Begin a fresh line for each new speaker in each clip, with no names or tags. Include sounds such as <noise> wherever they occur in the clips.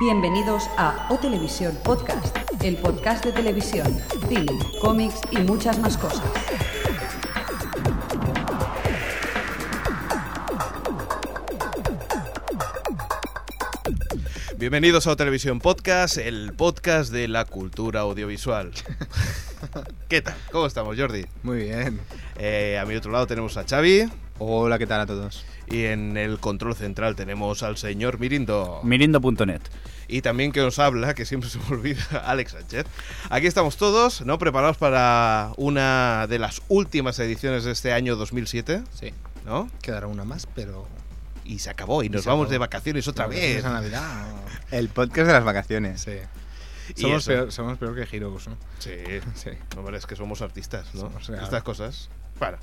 Bienvenidos a O Televisión Podcast, el podcast de televisión, cine, cómics y muchas más cosas.
Bienvenidos a O Televisión Podcast, el podcast de la cultura audiovisual. ¿Qué tal? ¿Cómo estamos, Jordi?
Muy bien.
Eh, a mi otro lado tenemos a Xavi
Hola, ¿qué tal a todos?
y en el control central tenemos al señor Mirindo.
Mirindo.net.
Y también que nos habla, que siempre se me olvida, <laughs> Alex Sánchez. Aquí estamos todos, ¿no? Preparados para una de las últimas ediciones de este año 2007,
Sí.
¿no?
Quedará una más, pero.
Y se acabó, y nos
se
vamos
acabó.
de vacaciones otra
Pero
vez.
es a Navidad. o-
El podcast de las vacaciones.
Sí.
Y
Somos
eso.
peor, somos peor que Heroes, ¿no?
Sí.
Sí.
Hombre, es que somos artistas, ¿no?
Somos, claro.
Estas cosas. Para.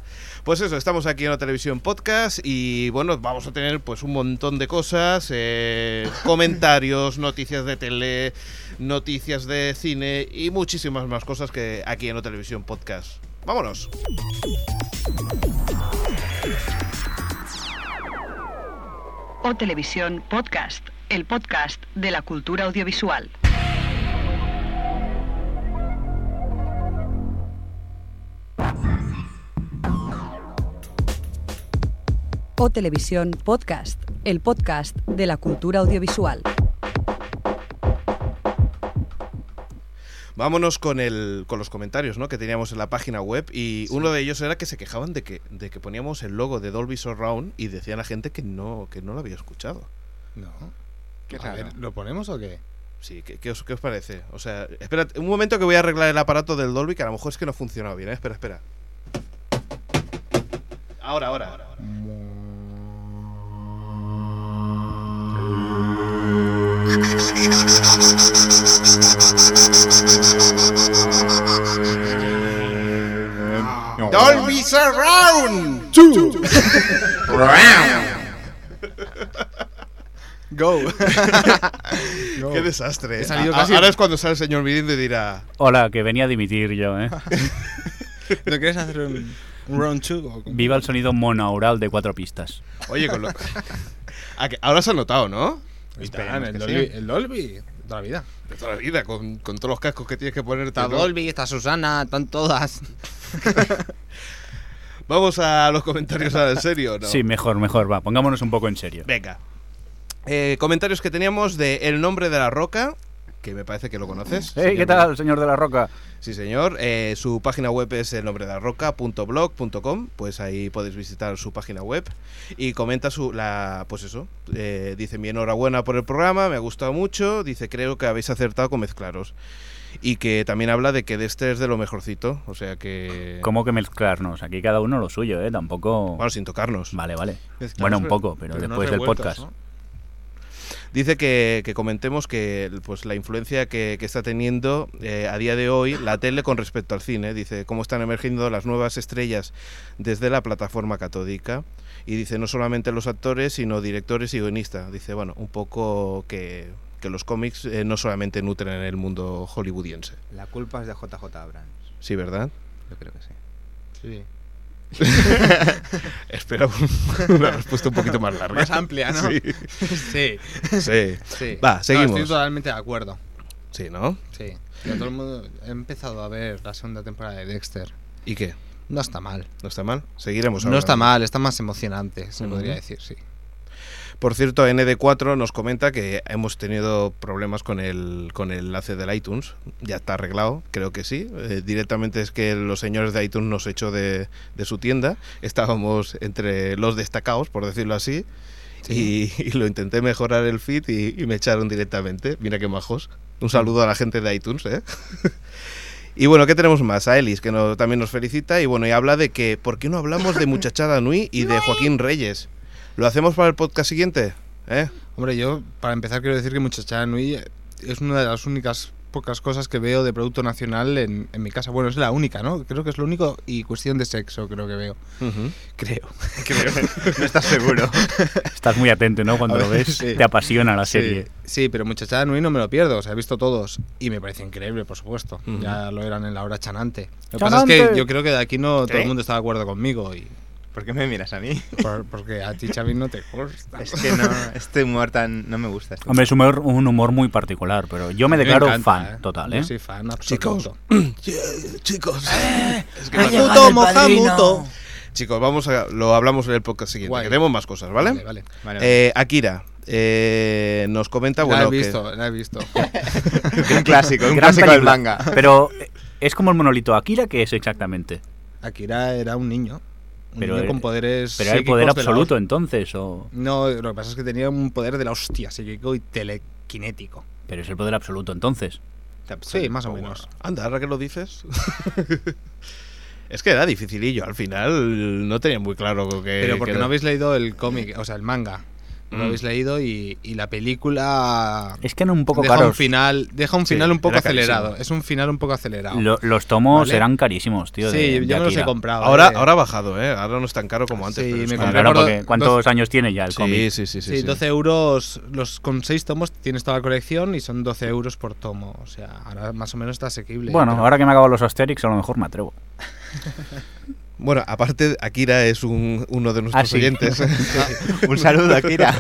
Pues eso, estamos aquí en la televisión podcast y bueno, vamos a tener pues un montón de cosas,
<laughs>
eh, comentarios, noticias de tele, noticias de cine y muchísimas más cosas que aquí en la televisión podcast. Vámonos.
O Televisión Podcast, el podcast de la cultura audiovisual. O Televisión Podcast, el podcast de la cultura audiovisual.
Vámonos con el con los comentarios, ¿no? Que teníamos en la página web y uno de ellos era que se quejaban de que de que poníamos el logo de Dolby Surround y decían la gente que no que no lo había escuchado.
No.
Qué
A
raro.
ver, ¿Lo ponemos o qué?
Sí, ¿qué, qué os, qué os parece? O sea, espera un momento que voy a arreglar el aparato del Dolby, que a lo mejor es que no funcionaba bien. ¿eh? Espera, espera. Ahora, ahora.
No.
¡Dolby Surround!
¡Go!
<laughs>
Go.
¡Qué desastre! ¿eh?
He salido
A- a-
casi-
Ahora es cuando sale el señor Mirindo y dirá...
Hola, que venía a dimitir
<laughs>
yo, ¿eh?
¿No quieres hacer un, un round two? o cómo?
Viva el sonido monaural de cuatro pistas.
Oye, con lo... <laughs> Ah, que Ahora se ha notado, ¿no? Esperemos
Esperan, el
que
Dolby,
sí.
el Dolby. Toda la vida.
De toda la vida, con, con todos los cascos que tienes que ponerte. ¿no?
está Susana, están todas.
Vamos a los comentarios ahora, en serio, ¿no?
Sí, mejor, mejor, va. Pongámonos un poco en serio.
Venga. Eh, comentarios que teníamos de El Nombre de la Roca, que me parece que lo conoces.
Hey,
señor
¿Qué tal, señor de la Roca?
Sí, señor. Eh, su página web es el nombre de la roca.blog.com. Pues ahí podéis visitar su página web. Y comenta su. La, pues eso. Eh, dice: Mi enhorabuena por el programa, me ha gustado mucho. Dice: Creo que habéis acertado con mezclaros. Y que también habla de que de este es de lo mejorcito. O sea que.
¿Cómo que mezclarnos? Aquí cada uno lo suyo, ¿eh? Tampoco...
Bueno, sin tocarnos.
Vale, vale. Bueno, un poco, pero, después del podcast.
Dice que, que comentemos que pues la influencia que, que está teniendo eh, a día de hoy la tele con respecto al cine. Dice cómo están emergiendo las nuevas estrellas desde la plataforma catódica. Y dice no solamente los actores, sino directores y guionistas. Dice, bueno, un poco que, que los cómics eh, no solamente nutren el mundo hollywoodiense.
La culpa es de JJ Abrams.
Sí, ¿verdad?
Yo creo que sí.
Sí.
<laughs> Espera <laughs> un- una respuesta un poquito más larga.
Más amplia, ¿no?
<laughs> Sí,
Sí.
sí.
sí.
Va,
No,
seguimos.
estoy totalmente de acuerdo.
Sí, ¿no?
Sí. Yo todo el mundo he empezado a ver la segunda temporada de Dexter.
¿Y qué?
No está mal.
¿No está mal? Seguiremos
No está
hablando.
mal, está más emocionante, se
Pues Ujú.
podría decir, sí.
Por cierto, ND4 nos comenta que hemos tenido problemas con el, con el enlace del iTunes. Ya está arreglado, creo que sí. Eh, directamente es que los señores de iTunes nos echó de, de su tienda. Estábamos entre los destacados, por decirlo así. Y, y lo intenté mejorar el feed y, y me echaron directamente. Mira qué majos. Un saludo a la gente de iTunes, ¿eh? <laughs> Y bueno, ¿qué tenemos más? A Elis, que no- también nos felicita y bueno, y habla de que ¿por qué no hablamos de Muchachada Nui y de Joaquín Reyes? ¿Lo hacemos para el podcast siguiente? ¿Eh?
Hombre, yo para empezar quiero decir que Muchacha Nui es una de las únicas pocas cosas que veo de producto nacional en, en mi casa. Bueno, es la única, ¿no? Creo que es lo único y cuestión de sexo creo que veo. Creo.
<laughs> No estás seguro.
Estás muy atento, ¿no? Cuando
A
lo
ver,
ves,
sí.
te apasiona la
Sí,
serie.
Sí, pero Muchacha Nui no me lo pierdo, o sea, he visto todos y me parece increíble, por supuesto.
Ujú.
Ya lo eran en la hora chanante. Lo que pasa es
¡Chanante!
que yo creo que de aquí no
Sí.
todo el mundo está de acuerdo conmigo y
¿Por qué me miras a mí?
Por- porque a ti, Xavi, no te gusta.
Es que no, este humor tan. No me gusta. Este
Hombre, es un humor, un humor muy particular, pero yo me
Me
declaro
encanta,
fan
¿eh?
total,
Yo
¿eh?
soy fan
Chicos.
absoluto.
Chicos.
Eh,
Mojamuto, mojamuto.
Chicos, vamos a, lo hablamos en el podcast siguiente.
Guay.
que tenemos más cosas, ¿vale?
Vale, vale.
Vale,
Eh, Akira eh, nos comenta,
la
bueno,
he
que-
visto, la he visto.
<laughs>
un clásico, un
Gran
clásico del
película.
manga.
Pero eh, es como el monolito Akira, que es exactamente.
Akira era un niño. Un
Pero
niño
era-
con poderes.
Pero hay
psíquicos
poder
de la
absoluto entonces, o...
No, lo que pasa es que tenía un poder de la hostia psíquico y telequinético.
Pero es el poder absoluto entonces.
Sí, más o menos.
Anda, ahora que lo dices. <laughs> es que era dificilillo. Al final no tenía muy claro que.
Pero porque
Eh, que-
no habéis leído el cómic, o sea, el manga. No
Mm.
habéis leído y, y la película
Es que eran un poco
deja un
caros.
final, deja un
Sí,
final un poco
era carísimo.
acelerado. Es un final un poco acelerado.
Lo- los tomos
Vale.
eran carísimos, tío.
sí,
de-
yo me
de
los he
Akira.
comprado.
Ahora,
eh. Ah,
ahora ha bajado, ¿eh? Ahora no es tan caro como antes.
Sí,
pero es
me
un-
compré
Claro,
por
porque
do-
¿cuántos
dos-
años tiene ya el
sí,
cómic?
sí, sí, sí,
Sí,
sí.
12 euros, los con 6 tomos tienes toda la colección y son 12 euros por tomo. O sea, ahora más o menos está asequible.
Bueno,
Pero-
ahora que me acabo los Asterix, a lo mejor me atrevo.
Bueno, aparte, Akira es un- uno de nuestros
Ah, sí.
oyentes.
<laughs>
Un saludo, Akira.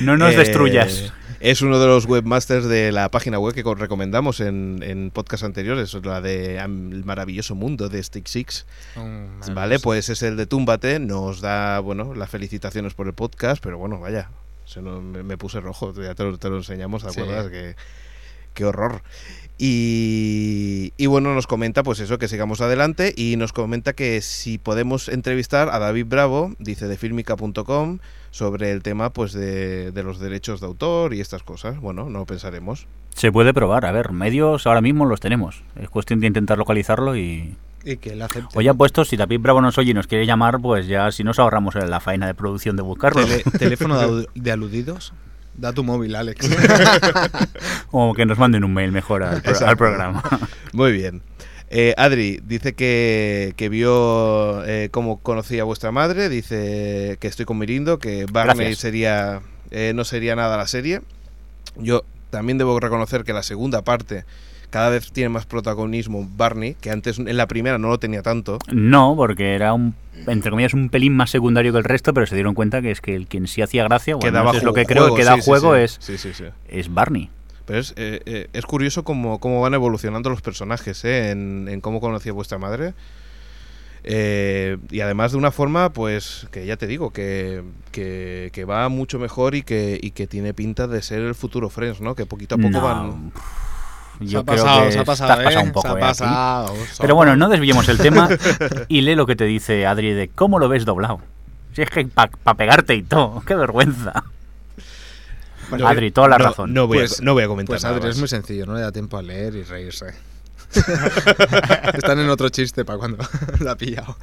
No nos
Eh,
destruyas.
Es uno de los webmasters de la página web que co- recomendamos en, en podcasts anteriores, la de am, El maravilloso mundo de Stick Six.
Mm,
Vale, pues es el de Túmbate, nos da, bueno, las felicitaciones por el podcast, pero bueno, vaya, se no- me, me puse rojo, ya te lo, te lo enseñamos, ¿te
Sí.
acuerdas? Que, qué horror. Y, y bueno, nos comenta pues eso, que sigamos adelante y nos comenta que si podemos entrevistar a David Bravo, dice de filmica.com, sobre el tema pues de, de los derechos de autor y estas cosas. Bueno, no lo pensaremos.
Se puede probar. A ver, medios ahora mismo los tenemos. Es cuestión de intentar localizarlo y...
Y que la acepte.
Oye, puesto, si David Bravo nos oye y nos quiere llamar, pues ya si nos ahorramos la faena de producción de buscarlo.
Tele- teléfono de, au- de aludidos. Da tu móvil,
<laughs>
Alex.
<laughs> O que nos manden un mail mejor al, pro- al programa. <laughs>
Muy bien. Eh, Adri dice que, que vio eh, cómo conocí a vuestra madre, dice que estoy con Mirindo, que Barney
Gracias.
sería eh, no sería nada la serie. Yo también debo reconocer que la segunda parte cada vez tiene más protagonismo Barney, que antes en la primera no lo tenía tanto.
No, porque era un entre comillas un pelín más secundario que el resto, pero se dieron cuenta que es que el quien sí hacía gracia, bueno,
daba
eso es lo
ju-
que creo que da
sí, sí,
juego
sí.
es
Sí, sí, sí.
es Barney.
Pero es, eh, eh, es curioso cómo, cómo van evolucionando los personajes, ¿eh? en, en cómo conocí a vuestra madre. Eh, y además de una forma, pues, que ya te digo, que, que- que va mucho mejor y que, y que tiene pinta de ser el futuro Friends, ¿no? Que poquito a poco
No,
van...
pff,
se
Yo
ha
creo
pasado,
que
se ha
es-
pasado,
te has pasado
¿eh?
un poco,
se ha
¿eh? aquí.
pasado.
Pero bueno, no desviemos
<laughs>
el tema y lee lo que te dice Adri de cómo lo ves doblado. Si es que para pegarte y todo, qué vergüenza.
Bueno,
Adri, toda la
no-
razón.
No voy,
Pues-
a, no voy a comentar
Pues
nada
Adri, es
más.
muy sencillo, no le da tiempo a leer y reírse. <laughs> Están en otro chiste para cuando <laughs> la ha pillado.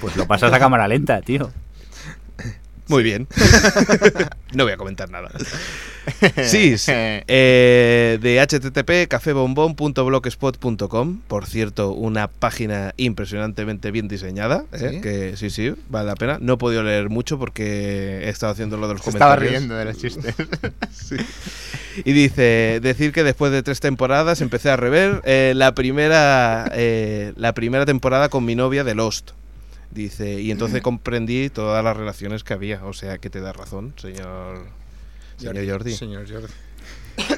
Pues lo pasas a cámara lenta, tío.
Muy bien. <laughs> no voy a comentar nada. <laughs> <laughs> Sí, sí. Eh, de http cafebombón.blogspot.com. Por cierto, una página impresionantemente bien diseñada. ¿eh?
¿Sí?
Que sí, sí, vale la pena. No he podido leer mucho porque he estado haciendo lo de los
Se estaba
comentarios.
riendo de
<laughs>
los chistes.
Y dice, decir que después de tres temporadas empecé a rever eh, la, primera, eh, la primera temporada con mi novia de Lost. Dice, y entonces comprendí todas las relaciones que había. O sea, que te da razón, señor, señor Jordi.
Señor Jordi.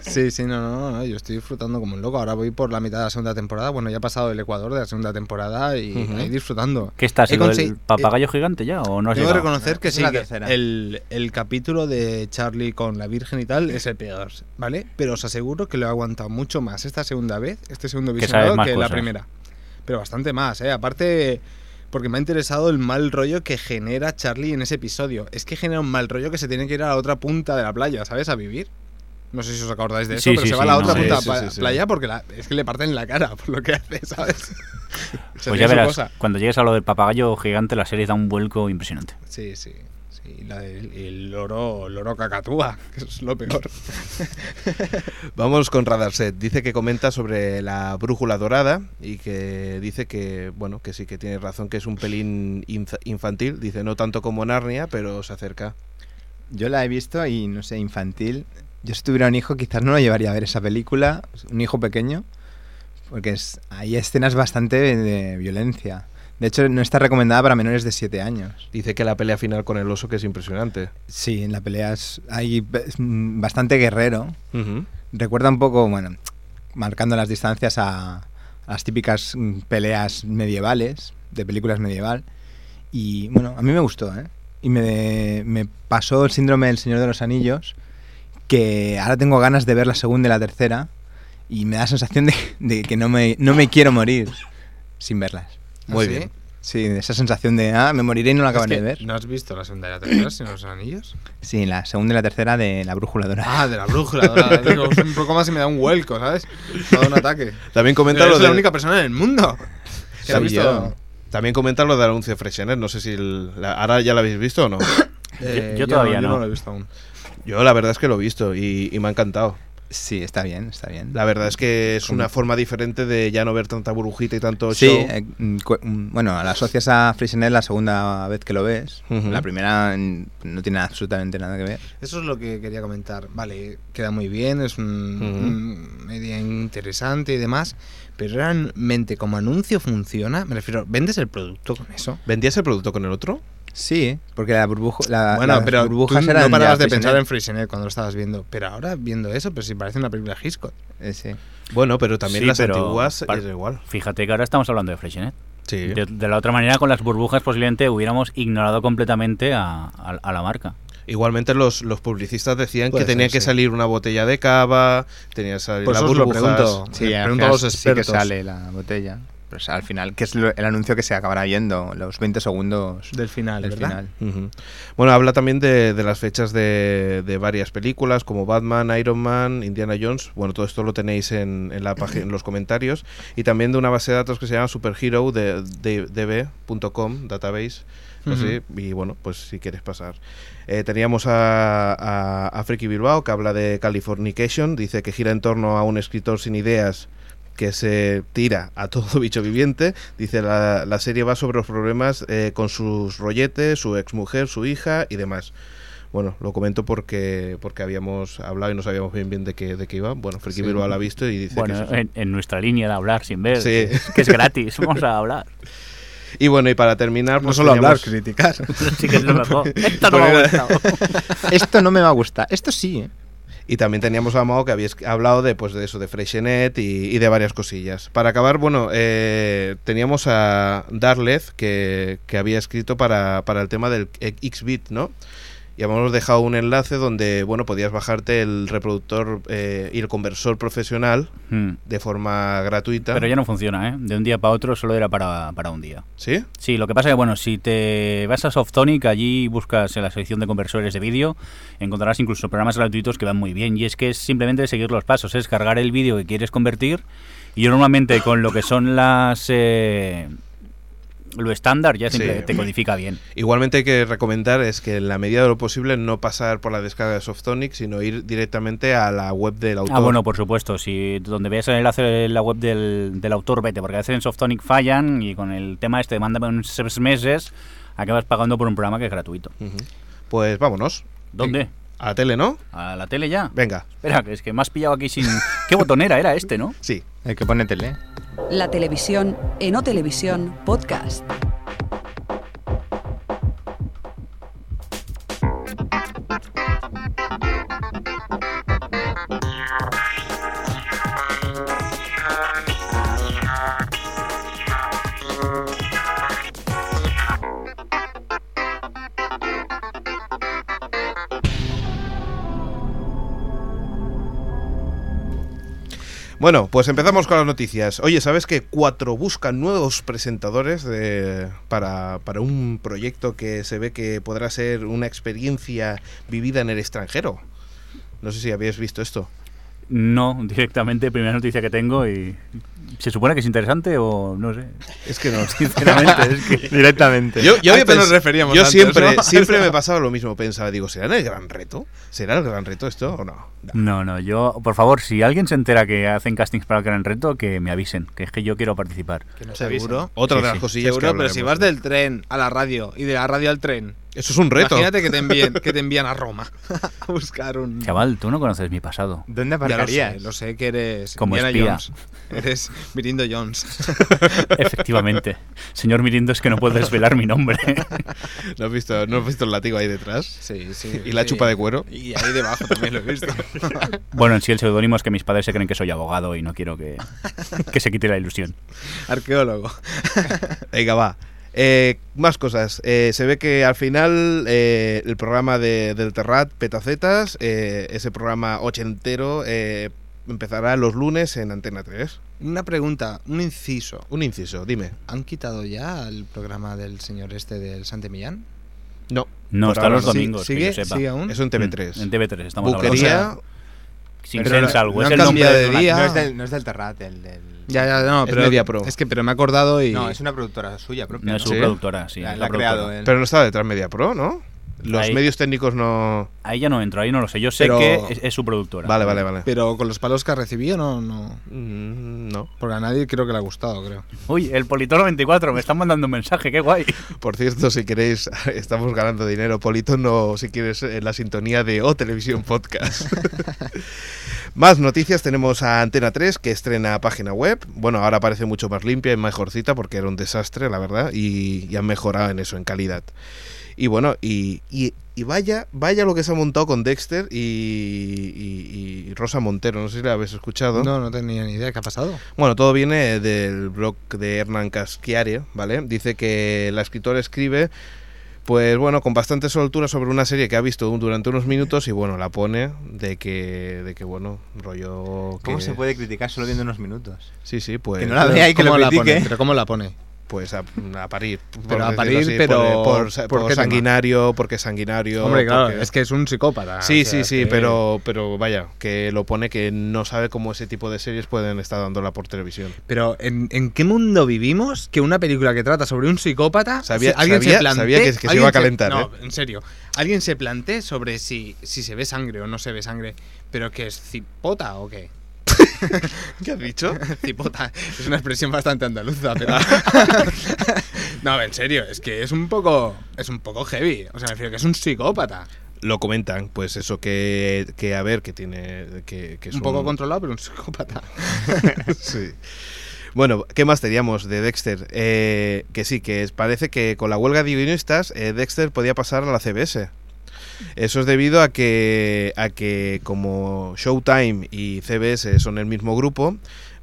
Sí, sí, no, no, no, yo estoy disfrutando como un loco. Ahora voy por la mitad de la segunda temporada. Bueno, ya ha pasado el Ecuador de la segunda temporada y
Ujú.
ahí disfrutando.
¿Qué estás?
He
¿en lo del
consi-
papagayo gigante ya o no has
Debo
llegado?
reconocer que
Es
sí,
la
que
tercera.
el, el capítulo de Charlie con la Virgen y tal es el peor, ¿vale? Pero os aseguro que lo he aguantado mucho más esta segunda vez, este segundo
Que sabes
visionado,
más
que la
cosas.
primera. Pero bastante más, ¿eh? Aparte, porque me ha interesado el mal rollo que genera Charlie en ese episodio. Es que genera un mal rollo que se tiene que ir a la otra punta de la playa, ¿sabes? A vivir. No sé si os acordáis de eso,
Sí,
pero
sí,
se va
sí,
a la
no,
otra
sí,
punta
sí,
de la
sí,
pa-
sí.
playa porque la- es que le parten la cara por lo que hace, ¿sabes?
<laughs>
Se
Pues
ríe
ya
su
verás,
cosa.
cuando llegues a lo del papagayo gigante, la serie da un vuelco impresionante.
Sí, sí. Sí, la del el loro, loro cacatúa, <laughs> que es lo peor.
Vamos con Radarset. Dice que comenta sobre la brújula dorada y que dice que, bueno, que sí que tiene razón, que es un pelín inf- infantil. Dice, no tanto como Narnia, pero se acerca.
Yo la he visto y no sé, infantil. Yo si tuviera un hijo quizás no lo llevaría a ver esa película, un hijo pequeño, porque es- hay escenas bastante de violencia. De hecho, no está recomendada para menores de 7 años.
Dice que la pelea final con el oso que es impresionante.
Sí, en la pelea es- hay b- es, mm, bastante guerrero.
Ujú.
Recuerda un poco, bueno, marcando las distancias a, a las típicas mm, peleas medievales, de películas medieval. Y bueno, a mí me gustó, ¿eh? Y me, me pasó el síndrome del Señor de los Anillos, que ahora tengo ganas de ver la segunda y la tercera, y me da la sensación de, de que no me, no me quiero morir sin verlas.
Muy
¿Ah, sí?
bien.
Sí, esa sensación de, ah, me moriré y no la
Es
acabaré
que
de ver.
¿No has visto la segunda y la tercera, sino los anillos?
Sí, la segunda y la tercera de La Brújula
<laughs>
Dorada.
Ah, de la brújula. dorada. Digo, es un poco más y me da un vuelco, ¿sabes? Me da un ataque.
También comenta
Pero
lo
es
de.
la única persona en el mundo que la ha
Soy
visto.
yo.
También comentar lo del anuncio de Freshener. No sé si el- la- ahora ya lo habéis visto o
<coughs>
no.
yo todavía
Eh, yo
no.
no lo he visto aún.
Yo la verdad es que lo he visto y, y me ha encantado.
Sí, está bien, está bien.
La verdad es que es una forma diferente de ya no ver tanta burbujita y tanto
Sí,
show.
eh, mm, cu- mm, bueno, la asocias a Frisenet la segunda vez que lo ves.
Ujú.
La primera mm, no tiene absolutamente nada que ver.
Eso es lo que quería comentar. Vale, queda muy bien, es un,
Ujú.
un- una idea interesante y demás, pero realmente como anuncio funciona, me refiero, ¿vendes el producto con eso?
¿Vendías el producto con el otro?
Sí, porque la burbuja, la,
bueno,
las
pero tú
burbujas eran
no parabas de
Freixenet.
pensar en Frisenet cuando lo estabas viendo, pero ahora viendo eso, pero si parece una película de Hitchcock.
Eh, sí.
Bueno, pero también
Sí,
las
pero
antiguas
par-
es igual.
Fíjate que ahora estamos hablando de Freixenet.
Sí.
De, de la otra manera, con las burbujas posiblemente hubiéramos ignorado completamente a, a- a la marca.
Igualmente los, los publicistas decían
Puede
que tenía
ser,
que
sí.
salir una botella de cava, tenía que salir
Pues
las
eso os lo
burbujas.
pregunto.
Sí,
Le
al
pregunto a
final
los
sí que
expertos.
sale la botella. Pero o sea, al final, que es lo- el anuncio que se acabará viendo, los 20 segundos
Del final,
del
¿verdad?
final.
Ujú. Bueno, habla también de, de las fechas de, de varias películas como Batman, Iron Man, Indiana Jones. Bueno, todo esto lo tenéis en, en la página, en los comentarios. Y también de una base de datos que se llama superhero de, de- db.com, database. no sé, y bueno, pues si quieres pasar. Eh, teníamos a, a, a Friki Bilbao que habla de Californication. Dice que gira en torno a un escritor sin ideas que se tira a todo <laughs> bicho viviente. Dice, la, la serie va sobre los problemas eh, con sus rolletes, su exmujer, su hija y demás. Bueno, lo comento porque porque habíamos hablado y no sabíamos bien bien de qué, de qué iba. Bueno, Friki
Sí.
Bilbao la ha visto y dice que
Bueno,
es-
en, en nuestra línea de hablar sin ver,
Sí.
que, es, que es gratis, <laughs> vamos a hablar.
Y bueno, y para terminar...
No
pues
solo hablar,
teníamos-
<laughs> criticar.
Así que es
<laughs>
lo mejor. Esto no me ha gustado.
Esto no me va a gustar. Esto sí, ¿eh?
Y también teníamos a Mao que habíais hablado de, pues, de eso, de Freixenet y, y de varias cosillas. Para acabar, bueno, eh, teníamos a Darleth que, que había escrito para, para el tema del Xbit, ¿no? Y habíamos dejado un enlace donde, bueno, podías bajarte el reproductor eh, y el conversor profesional
Mm.
de forma gratuita.
Pero ya no funciona, ¿eh? De un día para otro solo era para, para un día.
¿Sí?
Sí, lo que pasa es que, bueno, si te vas a Softonic, allí buscas en la sección de conversores de vídeo, encontrarás incluso programas gratuitos que van muy bien. Y es que es simplemente seguir los pasos, es cargar el vídeo que quieres convertir. Y yo normalmente con lo que son las... eh, lo estándar ya
Sí.
siempre te codifica bien.
Igualmente hay que recomendar es que en la medida de lo posible no pasar por la descarga de Softonic, sino ir directamente a la web del autor.
Ah, bueno, por supuesto. Si donde veas el enlace en la web del, del autor, vete, porque a veces en Softonic fallan y con el tema este de mándame unos seis meses, acabas pagando por un programa que es gratuito.
Ujú. Pues vámonos.
¿Dónde?
A la tele, ¿no?
¿A la tele ya?
Venga,
Espera, que es que me has pillado aquí sin... ¿Qué botonera era este, no?
sí.
El que pone
<laughs>
tele.
La televisión en O Televisión Podcast.
Bueno, pues empezamos con las noticias. Oye, ¿sabes que Cuatro buscan nuevos presentadores de- para, para un proyecto que se ve que podrá ser una experiencia vivida en el extranjero? No sé si habéis visto esto.
No, directamente, primera noticia que tengo y... ¿Se supone que es interesante o no sé? <laughs>
Es que
<laughs>
no.
Sinceramente, es que...
<laughs> Directamente.
Yo, yo
A
había
esto nos
pens-
referíamos
yo
antes,
siempre,
¿no? <laughs>
siempre me pasaba lo mismo. Pensaba, digo, ¿será el gran reto? ¿Será el gran reto esto o no?
No, no, yo, por favor, si alguien se entera que hacen castings para el Gran Reto, que me avisen, que es que yo quiero participar.
Que <laughs> no
Seguro.
seguro.
Otra
Sí,
de las
sí.
cosillas que
Seguro, pero si
hablaremos.
vas del tren a la radio y de la radio al tren,
Eso es un reto.
imagínate que te envíen, que te envían a Roma a buscar un.
Chaval, tú no conoces mi pasado.
Ya lo sé,
¿Dónde aparcarías?
lo sé que eres
Como
Indiana
espía.
Jones. Eres Mirindo Jones.
Efectivamente. Señor Mirindo, es que no puedo desvelar mi nombre.
¿No has visto, no has visto el látigo ahí detrás?
Sí, sí.
¿Y la
sí.
chupa de cuero?
Y ahí debajo también lo he
<laughs>
visto.
bueno, en sí, el seudónimo es que mis padres se creen que soy abogado y no quiero que, que se quite la ilusión.
Arqueólogo.
Venga, va. Eh, más cosas. Eh, se ve que al final eh, el programa de- del Terrat, Petacetas, eh, ese programa ochentero, eh, empezará los lunes en Antena 3.
Una pregunta, un inciso.
Un inciso, dime.
¿Han quitado ya el programa del señor este del Sante Millán?
No.
No,
por
está
ahora
los
no.
Sí,
domingos, que
¿Sigue?
yo sepa.
¿Sigue aún?
Eso en TV3.
Mm, En TV3, estamos hablando.
Buquería.
Sin
Pero
sense
no-
algo,
no
es
han
el nombre
cambiado
de
de
la-
día.
No es del, no es del Terrat, el del...
Ya, ya, no,
Es
pero
Mediapro.
es que pero me he acordado y
No, es una productora suya propia.
No
¿no?
es su
Sí.
productora, sí.
la,
es
la ha
productora.
creado eh. él.
Pero no está detrás Media Pro, ¿no? Los
Ahí.
medios técnicos no.
Ahí ya no entro, ahí no lo sé. Yo sé
Pero-
que es, es su productora.
Vale, vale, vale.
pero con los palos que ha recibido no no
Mm, No.
porque a nadie creo que le ha gustado, creo.
Uy, el Politono 24, me están mandando un mensaje, qué guay.
Por cierto, si queréis, <laughs> estamos ganando dinero, Polito, no, si quieres, en la sintonía de O Televisión Podcast. más noticias, tenemos a Antena 3 que estrena página web. Bueno, ahora parece mucho más limpia y mejorcita porque era un desastre, la verdad, y, y han mejorado en eso, en calidad. Y bueno, y, y- y vaya, vaya lo que se ha montado con Dexter y, y- y Rosa Montero, no sé si la habéis escuchado.
No, no tenía ni idea qué ha pasado.
Bueno, todo viene del blog de Hernán Caschiari, ¿vale? Dice que la escritora escribe, pues bueno, con bastante soltura sobre una serie que ha visto un- durante unos minutos y bueno, la pone de que, de que bueno, rollo... Que,
¿Cómo se puede criticar solo viendo unos minutos?
Sí, sí, pues...
Que no la vea y que
¿Cómo
lo
la
critique.
pone? Pero cómo la pone?
Pues a, a parir. por
Pero a
decirlo
parir, pero
Por, por, sa-
¿por
por
qué tema?
sanguinario, porque sanguinario...
Hombre, claro,
porque- Ah,
es que es un psicópata.
Sí,
o sea,
sí, sí,
que-
pero, pero vaya, que lo pone que no sabe cómo ese tipo de series pueden estar dándola por televisión.
Pero ¿en, en qué mundo vivimos que una película que trata sobre un psicópata,
Sabía-
si alguien
sabía-
se plantee,
sabía que- que se
alguien
iba a calentar, ¿eh?
no, en serio, alguien se plantee sobre si, si se ve sangre o no se ve sangre, pero que es cipota
<laughs>
o qué?
¿Qué has dicho?
Cipota es una expresión bastante andaluza, pero
Ah.
<laughs> no, en serio, es que es un poco, es un poco heavy, o sea, me refiero que es un psicópata,
lo comentan, pues eso que, que a ver, que tiene. Que, que es
un poco controlado, pero un psicópata.
<laughs> Sí. Bueno, ¿qué más teníamos de Dexter? Eh, que sí, que es- parece que con la huelga de guionistas, eh, Dexter podía pasar a la CBS. Eso es debido a que, a que como Showtime y CBS son el mismo grupo,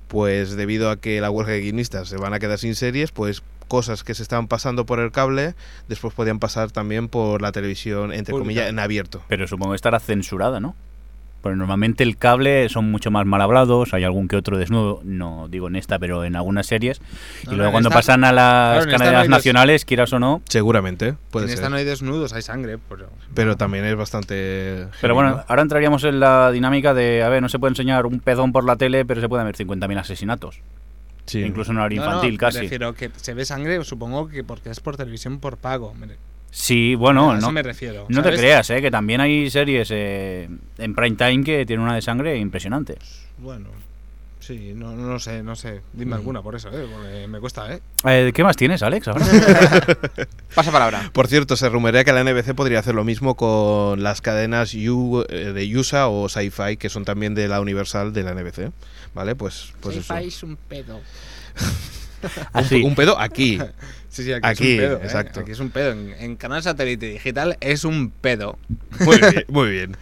pues debido a que la huelga de guionistas se van a quedar sin series, pues cosas que se estaban pasando por el cable, después podían pasar también por la televisión, entre
Pública.
comillas, en abierto.
Pero supongo que estará censurada, ¿no? Porque normalmente el cable son mucho más mal hablados, hay algún que otro desnudo, no digo en esta, pero en algunas series. Y
No, no,
luego
en
cuando
esta-
pasan a las
claro, en esta no
canales
hay des-
nacionales, quieras o no.
Seguramente, puede
en
ser.
esta no hay desnudos, hay sangre, pero
Pero también es bastante.
Pero
heavy,
bueno,
¿no?
ahora entraríamos en la dinámica de, a ver, no se puede enseñar un pezón por la tele, pero se pueden ver 50.000 asesinatos.
Sí.
Incluso en horario
No,
infantil
no, Me
casi.
refiero que se ve sangre, supongo que porque es por televisión por pago. me re-
Sí, bueno,
a eso
no,
me refiero.
no te
¿sabes?
creas, ¿eh? que también hay series eh, en prime time que tienen una de sangre impresionante.
Bueno, sí, no, no sé, no sé. Dime alguna por eso, ¿eh? Porque me cuesta, ¿eh?
Eh, ¿Qué más tienes,
<laughs>
Alex? ahora?
Pasa palabra.
Por cierto, se rumorea que la NBC podría hacer lo mismo con las cadenas U- eh, de USA o Sci-Fi, que son también de la Universal de la NBC. ¿Vale? Pues, pues eso.
un pedo.
Así.
Un pedo
<laughs>
aquí.
Sí, sí, aquí,
Aquí,
es un pedo. ¿eh?
exacto.
Aquí es un pedo. En, en canal satélite digital es un pedo.
Muy bien. Muy bien.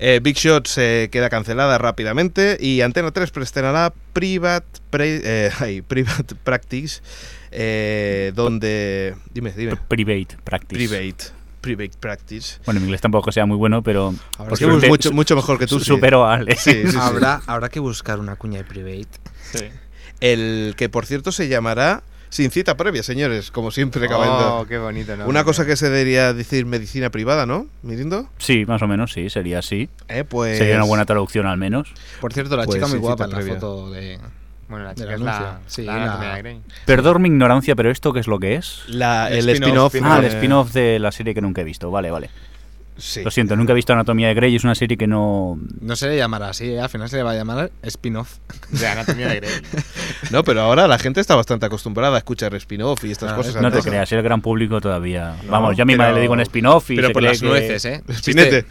Eh, Big Shot se queda cancelada rápidamente y Antena 3 preestrenará Private, Pre- eh, <laughs> ay, Private Practice, eh, donde... Dime, dime.
Private practice.
Private. Private Practice.
Bueno, mi inglés tampoco sea muy bueno, pero.
Ahora
por
sí,
suerte,
mucho,
su-
mucho mejor que tú.
su-
sí.
Supero a Alex.
Sí, sí, sí.
Habrá, habrá que buscar una cuña de private.
El que, por cierto, se llamará Sin cita previa, señores, como siempre,
Oh,
acabando.
qué bonito, ¿no?
Una cosa que se debería decir medicina privada, ¿no, Mirindo?
<laughs> Sí, más o menos, sí, sería así.
Eh, pues...
Sería una buena traducción al menos.
Por cierto, la
Pues
chica muy
sí, cita
guapa en la
previa.
foto de.
Bueno, la
del
chica es la,
anuncio. Sí,
la
la-
anatomía
<laughs>
de Grey.
Perdón mi ignorancia, pero ¿esto qué es lo que es?
La- el
El spin-off,
spin-off.
Ah, el
eh,
spin-off de la serie que nunca he visto. Vale, vale.
Sí.
Lo siento, nunca he visto Anatomía de Grey, es una serie que no...
No se le llamará así, ¿eh? al final se le va a llamar spin-off.
De Anatomía de Grey.
No, pero ahora la gente está bastante acostumbrada a escuchar spin-off y estas
Ah,
cosas.
No te
antes-
creas, el gran público todavía... Vamos, yo a mi
pero-
madre le digo un spin-off y
Pero
se
por
cree
las
que-
nueces, ¿eh?
Espinete.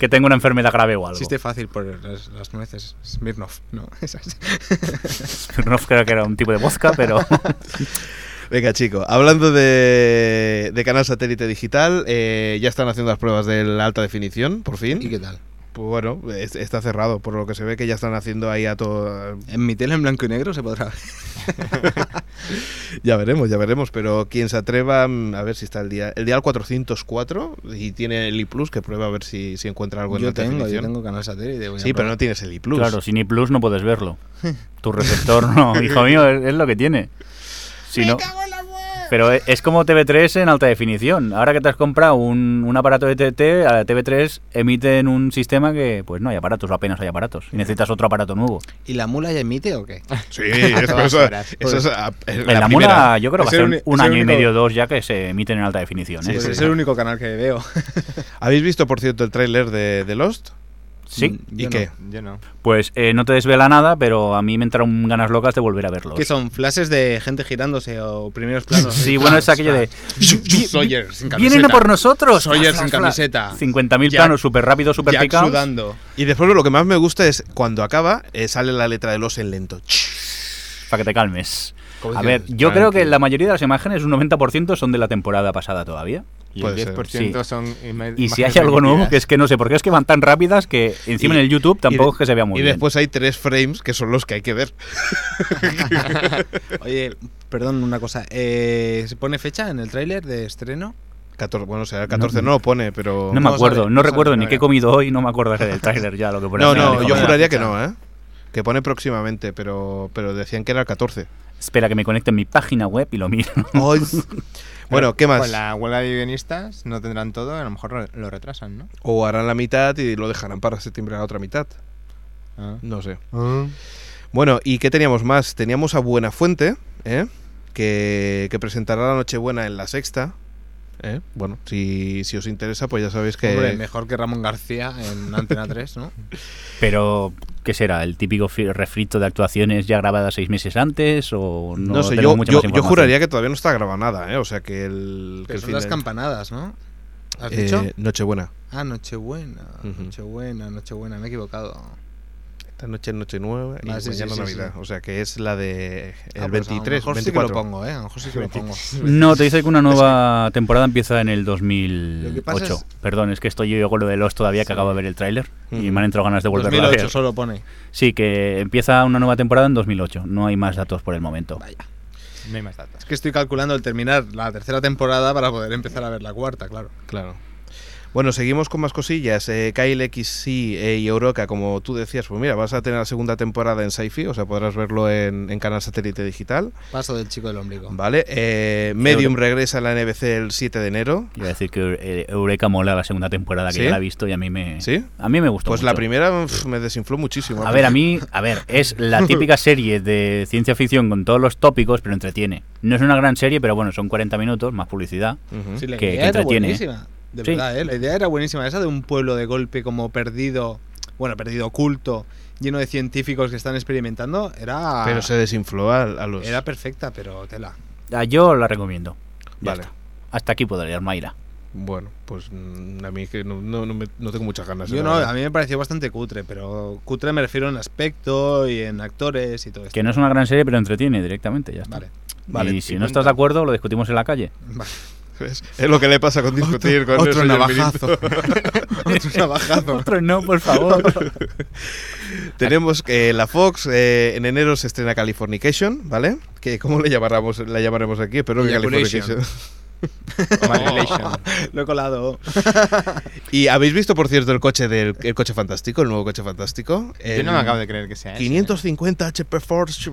que, tengo una enfermedad
<laughs>
grave o algo.
Existe fácil por las, las nueces. Smirnoff, no, <laughs> esas.
<laughs> No creo que era un tipo de vodka,
<laughs>
pero...
Venga, chico. Hablando de, de canal satélite digital, eh, ya están haciendo las pruebas de la alta definición, por fin.
¿Y qué tal?
Pues bueno, es- está cerrado, por lo que se ve que ya están haciendo ahí a todo.
En mi tele en blanco y negro se podrá ver.
Ya veremos, ya veremos, pero quien se atreva, mm, a ver si está el día. El dial 404 y tiene el I, que prueba a ver si, si encuentra algo en
Yo
alta
tengo, yo
definición.
tengo canal satélite. voy a
Sí, pero no
probar.
tienes el I.
Claro, sin I Plus no puedes verlo. Tu receptor no, hijo mío, es, es lo que tiene. Si no- pero e- es como TV3 en alta definición. Ahora que te has comprado un, un aparato de TT, a la TV3 emite en un sistema que pues no hay aparatos, o apenas hay aparatos. Y necesitas otro aparato nuevo.
¿Y la mula ya emite o qué?
<laughs>
Sí, es,
todas
eso,
horas.
eso es a- es
pues. en la
primera.
mula yo creo
Es
que hace
el
un,
uni- es
un
el
año y
único-
medio o dos ya que se emiten en alta definición. ¿eh?
Sí,
Pues
sí,
es
sí.
el único canal que veo.
¿Habéis visto, por cierto, el tráiler de, de Lost?
Sí,
Mm,
¿Y
yo
qué? <laughs>
no.
Yo no.
pues eh, no te desvela nada, pero a mí me entraron ganas locas de volver a verlo.
¿Qué son? ¿Flashes de gente girándose o primeros planos?
<laughs> Sí, bueno, es
<laughs>
aquello de...
Sawyer sin camiseta.
¡Vienen a por nosotros!
Sawyer
Fla,
sin
fla, fla.
camiseta.
50.000
Jack-
planos súper rápido, súper
Jack
picados.
sudando.
Y después lo que más me gusta es cuando acaba, eh, sale la letra de los en lento.
Para que te calmes.
¿Cómo
A
dices?
ver, yo creo que
Tranquilo.
la mayoría de las imágenes, un 90%, son de la temporada pasada todavía.
Y
Puede
el
ser.
10% son ima-
Y si hay
imágenes
algo nuevo,
repetidas.
que es que no sé, porque es que van tan rápidas que encima
Y-
en el YouTube tampoco es que se vea
y
muy
de- Y
bien.
después hay tres frames que son los que hay que ver.
Oye, perdón, una cosa. eh, ¿Se pone fecha en el tráiler de estreno?
14, bueno, o sea, 14 no, lo pone, pero.
no me
no
acuerdo,
sabe,
no
no
recuerdo
sabe,
ni
no
qué he
era.
comido hoy, no me acuerdo del tráiler ya, lo que por
no,
ahí me
no,
dijo
yo
mi madre.
juraría que no, ¿eh? Que pone próximamente, pero, pero decían que era el 14.
Espera que me conecte en mi página web y
<laughs>
lo miro.
Oh. bueno, ¿qué más?
Con la huelga de guionistas no tendrán todo, a lo mejor lo- lo retrasan, ¿no?
O harán la mitad y lo dejarán para septiembre la otra mitad.
Ah.
No sé. Bueno, ¿y qué teníamos más? Teníamos a Buenafuente, ¿eh? que, que presentará la Nochebuena en la sexta. ¿eh? Bueno, si, si os interesa, pues ya sabéis que.
Hombre, mejor que Ramón García en Antena 3,
<laughs>
¿no?
Pero, ¿qué será? ¿El típico fi- refrito de actuaciones ya grabadas seis meses antes? ¿O no,
no, sé,
tenemos
yo,
mucha
yo,
más
yo
información?
juraría que todavía no está grabada nada, ¿eh? O sea que el. que
Que
el
son
fin
las
de-
campanadas, ¿no? ¿Has
Eh,
dicho?
Nochebuena.
Ah, Nochebuena,
Ujú.
Nochebuena, Nochebuena, me he equivocado.
Esta noche es Noche Nueva y
Ah, sí, sí,
mañana
sí,
Navidad.
sí.
O sea que es la de. El
Ah, pues a lo
23,
mejor sí que
24.
lo pongo, ¿eh? A lo mejor sí que lo pongo.
<laughs> No, te dice que una nueva temporada empieza en el
Lo que
2008.
pasa es-
Perdón, es que estoy yo con lo de Lost todavía, que acabo de ver el tráiler y
Mm.
me han entrado ganas de volverlo a
2008
ver.
solo pone.
Sí, que empieza una nueva temporada en 2008. No hay más datos por el momento.
No hay más datos.
Es que estoy calculando el terminar la tercera temporada para poder empezar a ver la cuarta, claro.
Claro. Bueno, seguimos con más cosillas. Eh, Kyle XC eh, y Euroca, como tú decías, pues mira, vas a tener la segunda temporada en Sci-Fi, o sea, podrás verlo en, en canal satélite digital.
Paso del chico del ombligo.
Vale. Eh, Medium regresa a la NBC el 7 de enero.
Yo voy a decir que eh, Eureka mola la segunda temporada que
¿Sí?
ya la he visto y a mí me
¿Sí?
a mí me gustó.
Pues la
mucho.
primera pf, me desinfló muchísimo.
A ver, a mí, a ver, es la típica serie de ciencia ficción con todos los tópicos, pero entretiene. No es una gran serie, pero bueno, son 40 minutos más publicidad.
Ujú.
Sí, la
Que-
idea
que
era
entretiene.
buenísima. De
Sí.
verdad, ¿eh? La idea era buenísima. Esa de un pueblo de golpe como perdido, bueno, perdido oculto, lleno de científicos que están experimentando, era,
Pero se desinfló a, a los.
era perfecta, pero tela.
Ah, Yo la recomiendo. Ya
Vale.
está. Hasta aquí podría leer Mayra.
Bueno, pues mm, a mí es que no, no, no me- no tengo muchas ganas.
Yo
la
no,
verdad.
a mí me pareció bastante cutre, pero cutre me refiero en aspecto y en actores y todo esto.
Que no es una gran serie, pero entretiene directamente, ya está.
Vale.
Vale,
y si
y
no estás
cuenta.
de acuerdo, lo discutimos en la calle.
Vale.
Es, <laughs> es lo que le pasa con discutir con el
Otro
señor
navajazo.
Benito.
Otro navajazo.
Otro no, por <laughs> favor.
Tenemos que la Fox, eh, en enero se estrena Californication, ¿vale? Que, ¿Cómo le llamaremos, la llamaremos aquí? Espero que
Eyaculation.
Californication.
Manipulation.
Lo he colado.
¿Y habéis visto, por cierto, el coche del el coche fantástico, el nuevo coche fantástico?
Yo no me acabo de creer que
¿eh?
sea ese.
550 HP Force.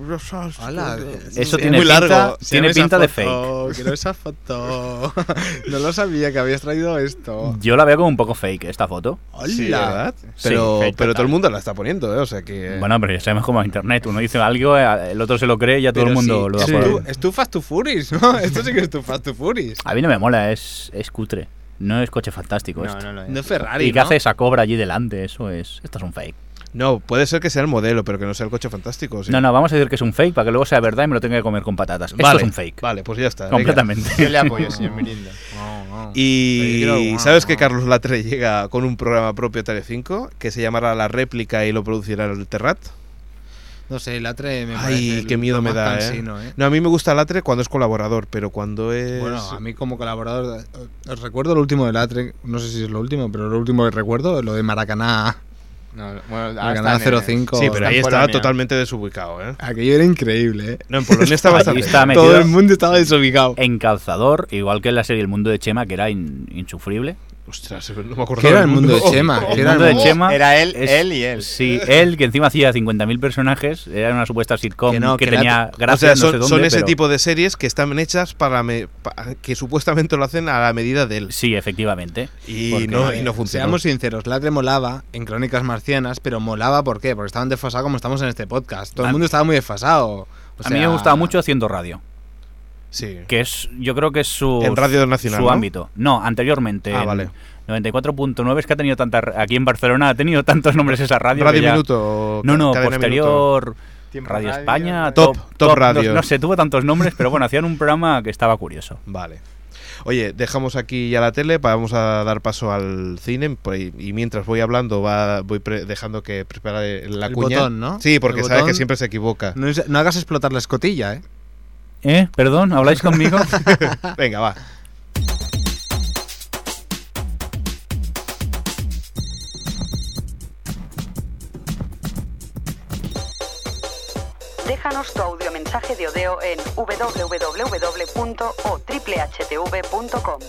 Hola.
Eso
Es
tiene
muy
pinta,
largo.
tiene
Quiero esa
pinta de fake.
foto, Quiero esa foto. <laughs> No lo sabía que habías traído esto.
Yo la veo como un poco fake esta foto.
Hola.
Sí, ¿verdad? Pero,
fake
pero
total.
todo el mundo la está poniendo, ¿eh? O sea que... <laughs>
Bueno, pero ya sabemos cómo es internet. Uno dice algo, eh, el otro se lo cree y ya todo
Pero
el mundo
sí,
lo da
es
por
tu- Es tu Fast to Furies, ¿no? Esto sí que es tu Fast to Furies.
A mí no me mola, es, es cutre. No es coche fantástico
No,
esto.
no lo es.
No es Ferrari.
¿Y qué
¿no?
hace esa cobra allí delante? Eso es. Esto es un fake.
No, puede ser que sea el modelo, pero que no sea el coche fantástico. o sea.
No, no, vamos a decir que es un fake para que luego sea verdad y me lo tenga que comer con patatas. Esto
Vale,
es un fake.
Vale, pues ya está. venga.
Completamente.
Yo
<laughs>
le apoyo, señor Mirindo.
No, no.
Y
Peligro,
sabes que
guau,
Carlos Latre llega con un programa propio a Telecinco que se llamará La Réplica y lo producirá el Terrat.
No sé, el Atre me parece
Ay,
el-
qué miedo
lo
me
más
da. ¿eh?
cansino, ¿eh?
No, a mí me gusta Latre cuando es colaborador, pero cuando es
Bueno, a mí como colaborador, eh, os recuerdo lo último del Atre, no sé si es lo último, pero lo último que recuerdo, lo de Maracaná,
No, bueno, ahora
Maracaná
están en-
05.
sí, pero ahí
en
estaba
Polonia.
totalmente desubicado, ¿eh?
Aquello era increíble, ¿eh?
No, en Polonia está
Allí
bastante.
está metido
Todo el mundo estaba desubicado.
en calzador, igual que en la serie El Mundo de Chema, que era in- insufrible.
Ostras, no me acuerdo.
¿Qué era el mundo de
Ah,
Chema? ¿Qué
El
era
Mundo de Chema
Era él,
es-
él y él.
Sí, él, que encima hacía 50.000 personajes, era una supuesta sitcom que,
Que no, que era-
tenía
O
gracia,
sea, son,
no sé
son
dónde,
ese
pero-
tipo de series que están hechas para, me- pa- que supuestamente lo hacen a la medida de él.
Sí, efectivamente.
Y
Porque,
no,
eh,
y no funciona.
Seamos sinceros, Latre molaba en Crónicas Marcianas, pero molaba ¿por qué? Porque estaban desfasados como estamos en este podcast. Todo
A-
el mundo estaba muy desfasado. O
a mí me
sea,
gustaba mucho haciendo radio,
Sí.
que es, yo creo que es su,
En Radio Nacional,
su
¿no?
ámbito. No, anteriormente.
Ah,
en
vale.
94.9 es que ha tenido tanta. Aquí en Barcelona ha tenido tantos nombres esa radio.
Radio
que ya-
Minuto. o
No, no,
Cadena Minuto.
posterior.
Tiempo
Radio
Radio,
España,
Top, Top
no-
Radio.
No, sé, tuvo tantos nombres, pero bueno, hacían un programa que estaba curioso.
Vale. Oye, dejamos aquí ya la tele, pa- vamos a dar paso al cine por ahí, y mientras voy hablando va, voy pre- dejando que prepare la
El
cuña.
botón, ¿no?
Sí, porque
El
sabes que
botón.
siempre se <laughs> equivoca.
No, es- no hagas explotar la escotilla, ¿eh?
¿Eh?
<laughs>
¿Perdón? ¿Habláis conmigo?
Venga, va.
Déjanos tu audiomensaje de Odeo en www.otriplehtv.com.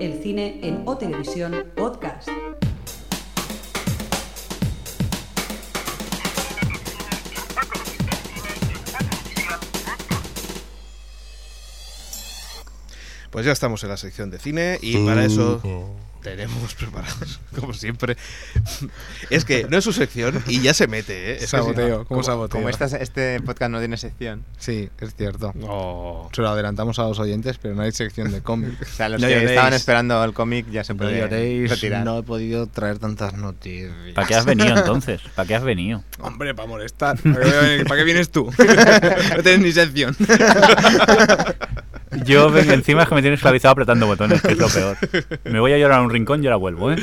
El cine en O Televisión Podcast.
Pues ya estamos en la sección de cine y para eso tenemos
<laughs>
preparados, como siempre. es <laughs> que no es su sección y ya se mete, ¿eh? Es que sí.
Saboteo, como, saboteo.
Como esta- este podcast no tiene sección.
Sí, es cierto.
No.
Se lo adelantamos a los oyentes, pero no hay sección de cómics.
O <laughs> sea, los
No
que
lloréis.
estaban esperando el cómic ya se
No
puede
lloréis,
retirar.
no he podido traer tantas noticias.
¿Para qué has
<laughs>
venido entonces? ¿Para qué has venido?
Hombre, para <laughs> molestar. ¿Para qué, voy a venir? ¿Para qué vienes tú? no tienes ni sección.
Yo ven- encima es que me tienes esclavizado apretando botones, que es lo peor. Me voy a llorar a un rincón y ahora vuelvo, ¿eh?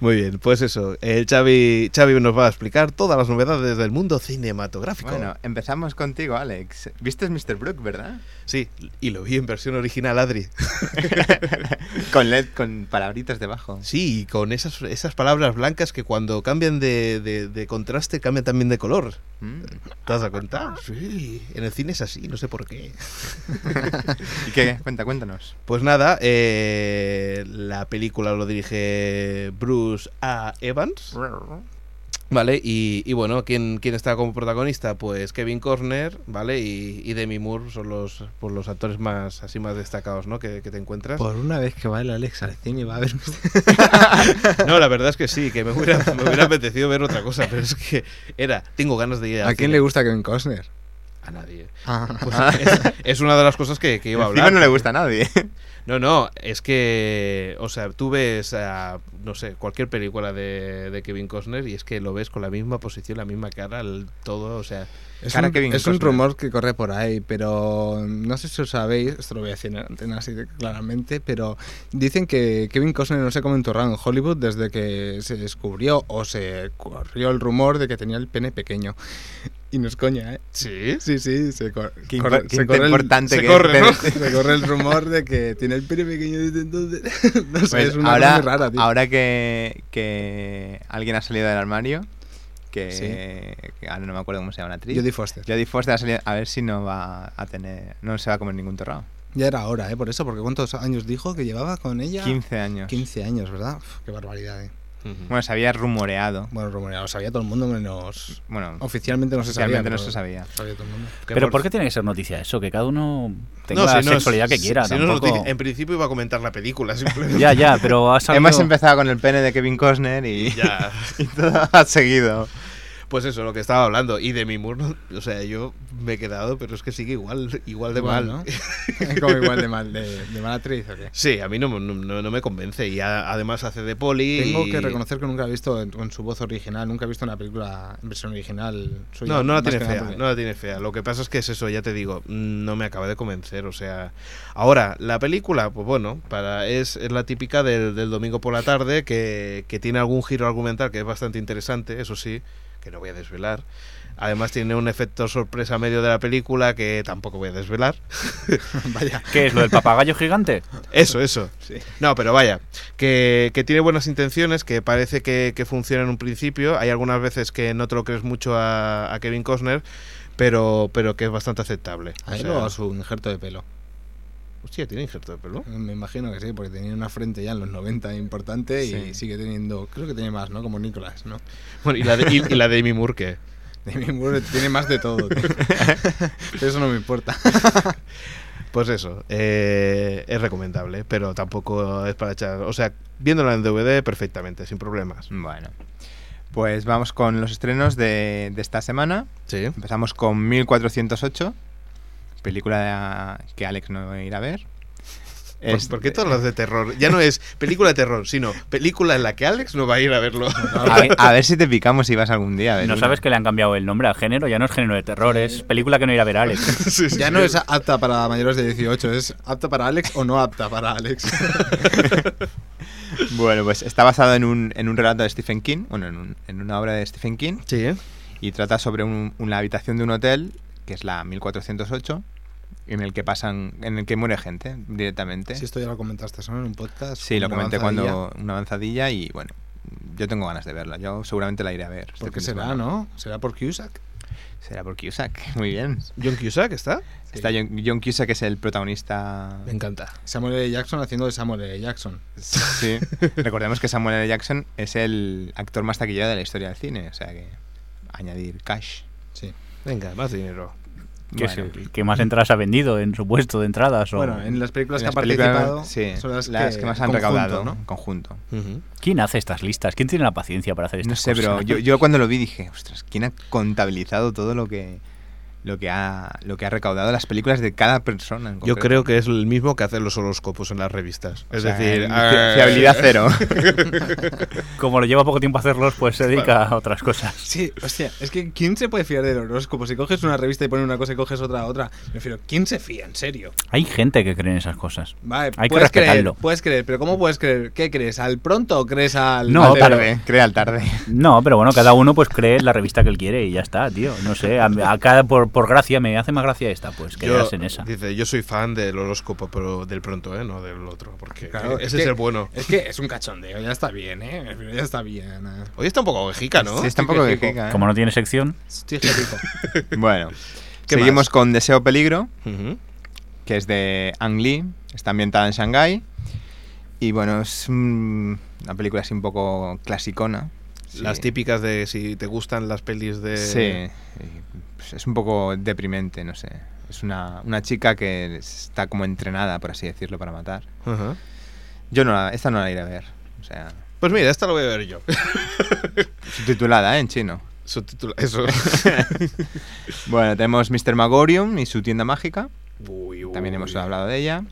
Muy bien, pues eso. El Xavi, Xavi nos va a explicar todas las novedades del mundo cinematográfico.
Bueno, empezamos contigo, Alex. ¿Viste Mr. Brook, verdad?
Sí, y lo vi en versión original, Adri.
con LED, con palabritas debajo.
Sí, y con esas, esas palabras blancas que cuando cambian de, de- de contraste cambian también de color.
Mm.
¿Te has dado cuenta? Sí, en el cine es así, no sé por qué.
¿Y qué? Cuenta, cuéntanos.
Pues nada, eh, la película lo dirige Bruce A. Evans. Vale, y, y bueno, ¿quién, ¿quién está como protagonista? Pues Kevin Costner, ¿vale? Y, y Demi Moore son los, pues los actores más así más destacados, ¿no? Que, que te encuentras.
Por una vez que va el Alex al cine, va a ver.
No, la verdad es que sí, que me hubiera, me hubiera apetecido ver otra cosa, pero es que era, tengo ganas de ir al
¿A quién
cine.
le gusta Kevin Costner?
A nadie.
Ah,
Pues es, es una de las cosas que, que iba a
Encima
hablar.
no le gusta a nadie.
No, no, es que, o sea, tú ves, a, no sé, cualquier película de, de Kevin Costner y es que lo ves con la misma posición, la misma cara, el todo, o sea,
es
Cara
un,
Kevin
es un
Costner.
rumor que corre por ahí, pero no sé si os sabéis, esto lo voy a decir en antena así de claramente, pero dicen que Kevin Costner no se come un torrado en Hollywood desde que se descubrió o se corrió el rumor de que tenía el pene pequeño. Y no es coña, ¿eh?
sí,
Sí, sí, se, cor-
Qué, impo-
corre-
qué
se corre el-
importante
se
que
corre, ¿no?
Pues
Se corre el rumor de que tiene el pene pequeño desde entonces. <laughs> No sé, es una
Pues ahora,
cosa muy rara, tío.
ahora que, que alguien ha salido del armario, que, que ahora no me acuerdo cómo se llama la actriz.
Jodie Foster.
Jodie Foster ha salido- a ver si no va a tener, no se va a comer ningún torrado.
Ya era hora, ¿eh? Por eso, porque ¿cuántos años dijo que llevaba con ella?
15 años.
15 años, ¿verdad? Uf, qué barbaridad, ¿eh?
Ujú.
Bueno, se había rumoreado.
Bueno, rumoreado, sabía todo el mundo menos.
Bueno,
Oficialmente no se sabía.
oficialmente no
pero
se sabía.
sabía todo el mundo.
Pero ¿por qué tiene que ser noticia eso? Que cada uno tenga
si
la
es-
sexualidad que
si-
quiera.
si no es
tampoco-
noticia. em- en principio iba a comentar la película, <laughs> simplemente.
Ya, ya, pero
<laughs>
ha salido...
Hemos empezado con el pene de Kevin Costner y,
Ya.
<laughs> y todo ha seguido.
Pues eso, lo que estaba hablando. Y de mi muro, o sea, yo me he quedado, pero es que sigue igual, igual de
Igual,
mal.
¿no? <laughs> Como igual de mal, de, de mala actriz o qué.
Sí, a mí no, no- no- no me convence. Y a- además hace de poli.
Tengo
y-
que reconocer que nunca he visto en, con su voz original, nunca he visto una película en versión original. suya,
No, no la
más
tiene
que nada
fea,
porque-
no la tiene fea. Lo que pasa es que es eso, ya te digo, mm, no me acaba de convencer, o sea... Ahora, la película, pues bueno, para es, es la típica del, del domingo por la tarde, que, que tiene algún giro argumental que es bastante interesante, eso sí, que no voy a desvelar. Además tiene un efecto sorpresa a medio de la película que tampoco voy a desvelar.
Vaya.
¿Qué es lo del papagayo gigante?
Eso, eso. No, pero vaya, que, que tiene buenas intenciones, que parece que, que funciona en un principio. Hay algunas veces que no te lo crees mucho a, a Kevin Costner, pero, pero que es bastante aceptable. O
A él
sea,
o a su injerto de pelo.
Hostia, tiene injerto de pelo.
Me imagino que sí, porque tenía una frente ya en los 90 importante
Sí.
y sigue teniendo, creo que tiene más, ¿no? Como Nicolás, ¿no?
Bueno, y la de, y, y la de Amy Moore, ¿qué?
Demi Moore tiene más de
<laughs>
todo. tío. Pero eso no me importa.
Pues eso, eh, es recomendable, pero tampoco es para echar. O sea, viéndola en DVD perfectamente, sin problemas.
Bueno, pues vamos con los estrenos de, de esta semana.
Sí.
Empezamos con 1408, película que Alex no irá a ver.
Pues,
¿Por,
Pues,
Es-
por
eh,
qué todas las de terror? Ya no es película de terror, sino película en la que Alex no va a ir a verlo. <laughs>
A ver, a ver si te picamos si vas algún día. a ver
¿No
una.
sabes que le han cambiado el nombre al género? Ya no es género de terror, es película que no irá a ver Alex.
Sí, sí,
Ya
sí.
no es apta para mayores de 18, es apta para Alex o no apta para
<laughs>
Alex.
Bueno, pues está basado en un, en un relato de Stephen King, bueno, en, un- en una obra de Stephen King,
Sí, ¿eh?
y trata sobre un- una habitación de un hotel, que es la 1408, en el que pasan, en el que muere gente directamente.
Si esto ya lo comentaste, ¿no? En un podcast.
Sí, lo
una
comenté
avanzadilla.
cuando una avanzadilla y bueno, yo tengo ganas de verla. Yo seguramente la iré a ver. este
¿Por
fin
qué
de
será,
semana.
no? ¿Será por Cusack?
Será por Cusack. <laughs> Muy bien.
John Cusack está.
Está John, John Cusack es el protagonista.
encanta. Samuel L. Jackson haciendo de Samuel L. Jackson.
<laughs> Sí. Recordemos que Samuel L. Jackson es el actor más taquillero de la historia del cine, o sea que añadir cash.
Sí.
Venga, más dinero.
<laughs>
Que es
Bueno.
el que más entradas ha vendido en su puesto de entradas. o-
Bueno, en las películas
En
que ha
las películas-
participado
sí,
son las, que,
más han
conjunto,
recaudado
¿no?
en conjunto.
¿Quién hace estas listas? ¿Quién tiene la paciencia para hacer
No
estas
sé, pero
cosas?
yo, yo cuando lo vi dije, ostras, ¿quién ha contabilizado todo lo que lo que ha lo que ha recaudado las películas de cada persona? en
Yo
concreto?
creo que es el mismo que hacer los horóscopos en las revistas.
O
es
sea,
decir,
en
ah,
fi- fiabilidad cero.
<laughs>
Como le lleva poco tiempo hacerlos, pues se dedica a otras cosas.
Sí, hostia, es que ¿quién se puede fiar del horóscopo? Si coges una revista y pones una cosa y coges otra otra, me refiero, ¿quién se fía? En serio.
Hay gente que cree en esas cosas.
Vale,
Hay que
puedes creer,
respetarlo.
puedes creer, pero ¿cómo puedes creer? ¿Qué crees? ¿Al pronto o crees al.?
No,
al-
pero-
tarde, crea al
<laughs>
tarde.
No, pero bueno, cada uno pues cree en la revista que él quiere y ya está, tío. No sé, a, a cada, por, por gracia, me hace más gracia esta, pues
yo,
quedarse en esa.
Dice, yo soy fan del horóscopo, pero del pronto, ¿eh? No del otro, porque
Claro,
ese
es
es,
que-
el bueno.
Es que es un cachondeo, ya está bien, ¿eh? Me refiero, Ya está bien. eh.
Hoy está un poco vejica, ¿no?
Sí, está un poco
Sí,
de
que fijo.
jeca, ¿eh?
Como no tiene sección,
Estoy
<laughs>
jerico.
Bueno,
¿Qué
seguimos
más?
con Deseo Peligro,
Ujú.
que es de Ang Lee, está ambientada en Shanghái y bueno, es un- una película así un poco clasicona. Sí.
Las típicas de si te gustan las pelis de...
Sí, y, pues, es un poco deprimente, no sé. Es una, una chica que está como entrenada, por así decirlo, para matar.
Ajá.
Yo no la, esta no la iré a ver. O sea,
Pues mira, esta la voy a ver yo. <laughs>
subtitulada ¿eh? en chino.
Subtitula- Eso.
Bueno, tenemos Mr. Magorium y su tienda mágica.
Uy, uy.
También hemos hablado de ella.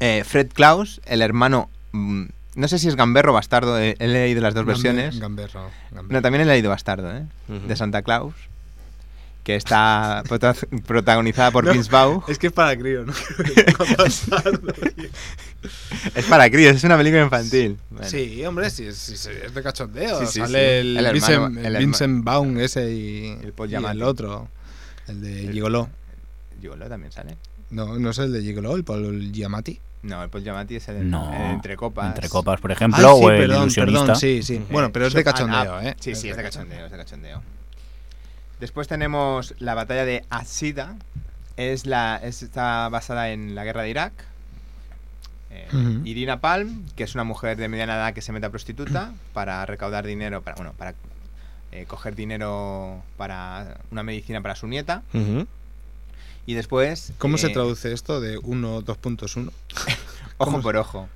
Eh, Fred Klaus, el hermano. mm, no sé si es gamberro o bastardo. eh, He leído las dos versiones.
Gamberro.
No,
gamberro.
también he leído bastardo, ¿eh?
Ujú.
De Santa Claus. Que está <laughs> prota- protagonizada por
No,
Vince Vaughn.
Es que es para crío, ¿no? <laughs> Bastardo, tío.
Es para críos, es una película infantil. Bueno.
Sí, hombre, sí, sí, sí, es de cachondeo.
Sí, sí,
Sale
sí.
el,
El hermano-
Vincent,
el herma-
Vincent Baum ese y
El Paul
y
Giamatti.
el otro. El de
El-
Gigoló.
Gigolo también sale.
No, no es el de Gigoló, el Paul Giamatti.
No, el Paul Giamatti es
eh,
el,
no.
el Entre Copas.
Entre copas, por ejemplo,
Ah,
o el ilusionista.
sí, sí.
Eh,
Bueno, pero es de
so- ah,
cachondeo,
ah,
¿eh?
Sí, sí, es de cachondeo, es de cachondeo. Después tenemos la batalla de Asida. Es la, es- está basada en la guerra de Irak. Eh,
Ujú.
Irina Palm, que es una mujer de mediana edad que se mete a prostituta para recaudar dinero, para, bueno, para eh, coger dinero para una medicina para su nieta.
Ujú.
Y después.
¿Cómo se
eh,
traduce esto de 1, 2.1?
Ojo
¿Cómo
por ojo.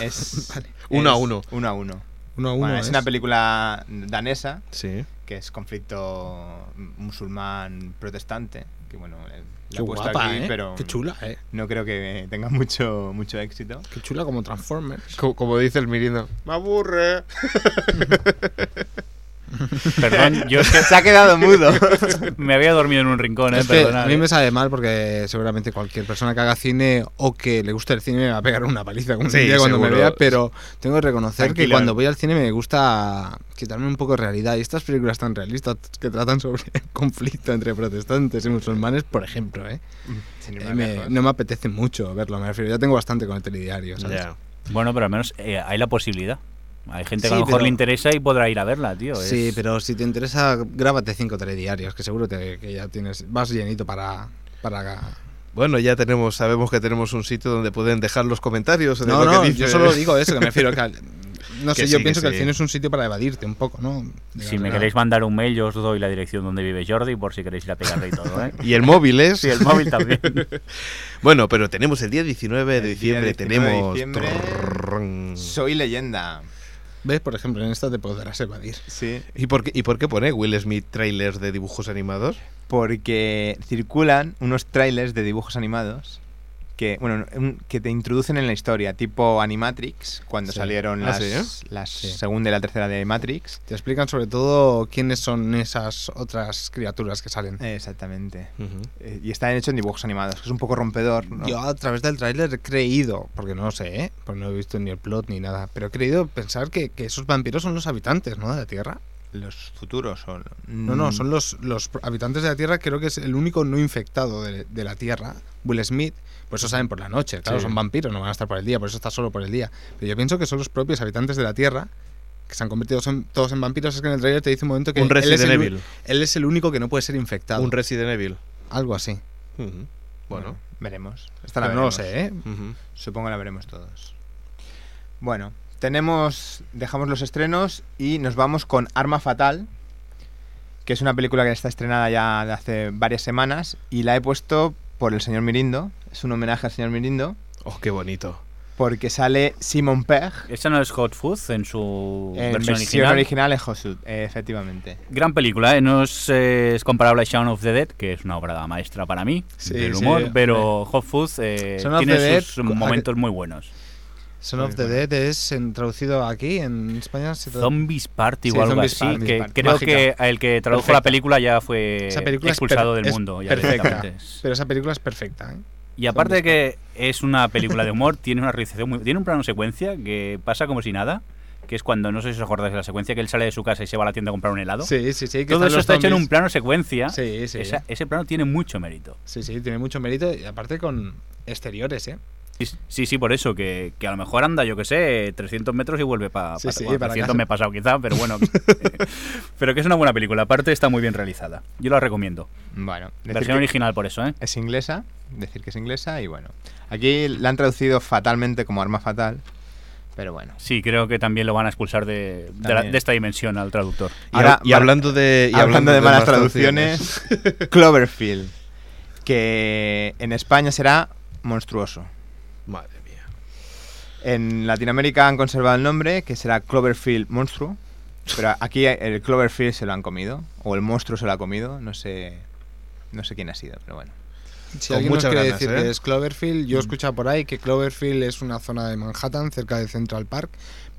Es,
<laughs> Vale.
Uno a
es
uno.
Uno a uno.
Uno a uno
Bueno, es una
es.
película danesa
Sí.
que es conflicto musulmán protestante. Que bueno, eh, la
Qué
he puesto
guapa,
aquí,
¿eh?
pero
Qué chula, ¿eh?
no creo que tenga mucho, mucho éxito.
Qué chula como Transformers.
Co- Como, dice el Mirindo. Me aburre.
Perdón,
<laughs>
yo es que
Se ha quedado mudo.
me había dormido en un rincón, eh,
Es que
perdonad,
a mí
eh.
me sabe mal porque seguramente cualquier persona que haga cine o que le guste el cine me va a pegar una paliza algún
Sí,
día cuando me
seguro.
vea, pero tengo que reconocer que
Tranquilo.
cuando voy al cine me gusta quitarme un poco de realidad. Y estas películas tan realistas que tratan sobre <laughs> el conflicto entre protestantes y musulmanes, por ejemplo, ¿eh?
Sin ir
Eh,
más
me-
lejos.
no me apetece mucho verlo, me refiero. Ya tengo bastante con el telediario, ¿sabes?
Ya.
Bueno, pero al menos eh, hay la posibilidad. Hay gente que a
Sí,
lo mejor
pero-
le interesa y podrá ir a verla, tío. es-
Sí, pero si te interesa, grábate cinco telediarios, que seguro te- que ya tienes, vas llenito para... para
Bueno, ya tenemos, sabemos que tenemos un sitio donde pueden dejar los comentarios de
No,
lo
no,
que dice.
yo solo digo eso, <laughs> que me refiero que al- No
Que
sé,
sí,
yo
que
pienso que,
sí.
el cine es un sitio para evadirte un poco, ¿no? De
Si me
verdad.
queréis mandar un mail, yo os doy la dirección donde vive Jordi por si queréis ir a pegarle
<laughs>
y todo, ¿eh?
Y el móvil es.
Sí, el móvil también.
Bueno, pero tenemos el día 19 de
El día
diciembre.
19 de
tenemos.
diciembre.
Trrrrrrrrrrrrrrrrrrrrrrrrrrrrrrrrrr.
<laughs> Soy leyenda.
¿Ves? Por ejemplo, en esta te podrás evadir.
Sí.
¿Y por, qué, ¿Y por qué pone Will Smith trailers de dibujos animados?
Porque circulan unos trailers de dibujos animados que, bueno, un- que te introducen en la historia, tipo Animatrix, cuando
Sí.
salieron
Ah,
las,
¿sí,
la
Sí.
segunda y la tercera de Matrix.
Te explican sobre todo quiénes son esas otras criaturas que salen.
Eh, Exactamente. Eh, Y está hecho en dibujos animados, que es un poco rompedor. ¿no?
Yo a través del tráiler he creído, porque no lo sé, ¿eh? porque no he visto ni el plot ni nada, pero he creído pensar que, que esos vampiros son los habitantes, ¿no? De la Tierra.
Los futuros son.
No,
Mm.
no, son los, los habitantes de la Tierra, creo que es el único no infectado de, de la Tierra, Will Smith. Por eso salen por la noche, claro,
Sí.
son vampiros, no van a estar por el día, por eso está solo por el día. Pero yo pienso que son los propios habitantes de la Tierra que se han convertido son- todos en vampiros. Es que en el trailer te dice un momento que
Un
él, es
Resident
el,
Evil.
él es el único que no puede ser infectado.
Un Resident Evil.
algo así.
Ujú. Bueno.
Veremos. Esta la
Pero Pues no lo
veremos.
sé, ¿eh?
Ujú.
Supongo la veremos todos. Bueno, tenemos. Dejamos los estrenos y nos vamos con Arma Fatal, que es una película que está estrenada ya de hace varias semanas y la he puesto por el señor Mirindo. Es un homenaje al señor Mirindo,
Oh, qué bonito.
porque sale Simon Pegg
Esa no es Hot Food en su
en
Uh, versión
versión
original.
original en Hosud, eh, efectivamente.
Gran película, ¿eh? No es, eh, es comparable a Shaun of the Dead, que es una obra maestra para mí,
Sí,
del
sí,
humor,
hombre.
pero Hot Food eh,
Shaun of the
tiene
Dead,
sus momentos muy buenos.
Son
Sí,
of the
bueno.
Dead es en- traducido aquí, en España. se tra-
Zombies Party
Sí,
o algo
Zombies
así,
Party,
que
Party.
creo
Mágica.
que el que tradujo la
Perfecta.
película ya fue
Esa película es
expulsado
per-
del
es
mundo. ya
perfecta.
directamente. Es-
Pero esa película es perfecta, ¿eh?
Y aparte de que es una película de humor, tiene una realización muy- tiene un plano secuencia que pasa como si nada, que es cuando no sé si os acordáis de la secuencia que él sale de su casa y se va a la tienda a comprar un helado.
Sí, sí, sí. que
Todo
están
eso
los
está hecho en un
zombies.
plano secuencia.
Sí, sí.
Esa- ese plano tiene mucho mérito.
Sí, sí, tiene mucho mérito y aparte con exteriores, ¿eh?
Sí, Sí, sí, por eso, que, que a lo mejor anda, yo que sé, 300 metros y vuelve para...
Sí, sí, para
300
casa.
me he pasado quizá,
<laughs>
pero bueno. <laughs> pero que es una buena película, aparte está muy bien realizada. Yo la recomiendo.
Bueno, decir
Versión
que-
original por eso, ¿eh?
es inglesa, decir que es inglesa y bueno. Aquí la han traducido fatalmente como Arma Fatal, pero bueno.
Sí, creo que también lo van a expulsar de, de la-
También.
de esta dimensión al traductor.
Y,
Ahora,
hab- y
Mar-
hablando de. y
hablando, de malas traducciones, <laughs> Cloverfield, que en España será monstruoso.
Madre mía.
En Latinoamérica han conservado el nombre, que será Cloverfield Monstruo, pero aquí el Cloverfield se lo han comido, o el monstruo se lo ha comido, no sé, no sé quién ha sido, pero bueno.
Si
Con
alguien nos
muchas
quiere
ganas,
decir
¿eh?
que es Cloverfield, yo he escuchado por ahí que Cloverfield es una zona de Manhattan, cerca de Central Park,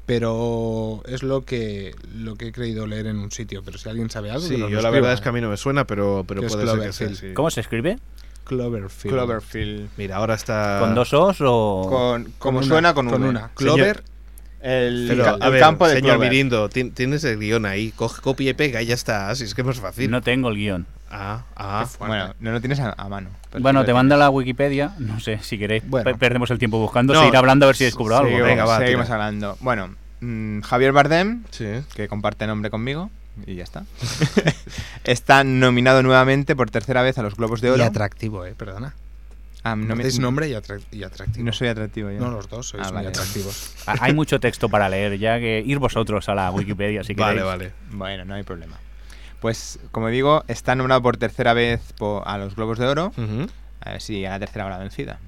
pero es lo que, lo que he creído leer en un sitio. Pero si alguien sabe algo,
Sí,
que nos
yo
lo
la verdad es que a
escriba,
mí no me suena, pero, pero
Que es
puede ser que sí.
Cloverfield.
sí.
¿Cómo se escribe?
¿eh? Cloverfield.
Cloverfield.
Mira, ahora
Ah.
está.
¿Con dos os o...?
Con, como
una-
suena con, V.
una. Clover,
El,
Pero,
ca-
a
el
ver,
campo de
señor
Clover.
Mirindo, ti- tienes el guión ahí, coge, copia y pega y ya está. Así es que es más fácil.
No tengo el guión.
Ah, ah.
Bueno, no lo tienes a, a mano.
Pues
pero
Bueno,
sí
te
lo
manda la Wikipedirá, no sé, si queréis,
Bueno.
pe- perdemos el tiempo buscando,
No,
seguir hablando a ver si descubro algo.
tienes. Seguimos,
Venga, va,
seguimos
tira.
hablando. Bueno, mm, Javier Bardem,
Sí.
que comparte nombre conmigo, y ya está. <laughs> está nominado nuevamente por tercera vez a los Globos de
y
Oro.
atractivo, ¿eh? Perdona.
Ah, no, me-
Hacéis nombre y, atrac- y atractivo.
no soy atractivo yo.
No, los dos sois
Ah,
muy
vale.
atractivos.
Ah, Hay mucho texto para leer, ya que ir vosotros a la Wikipedia si
Vale,
queréis.
vale.
Bueno, no hay problema. Pues, como digo, está nombrado por tercera vez po- a los Globos de Oro.
Ujú.
A ver si a la tercera hora vencida.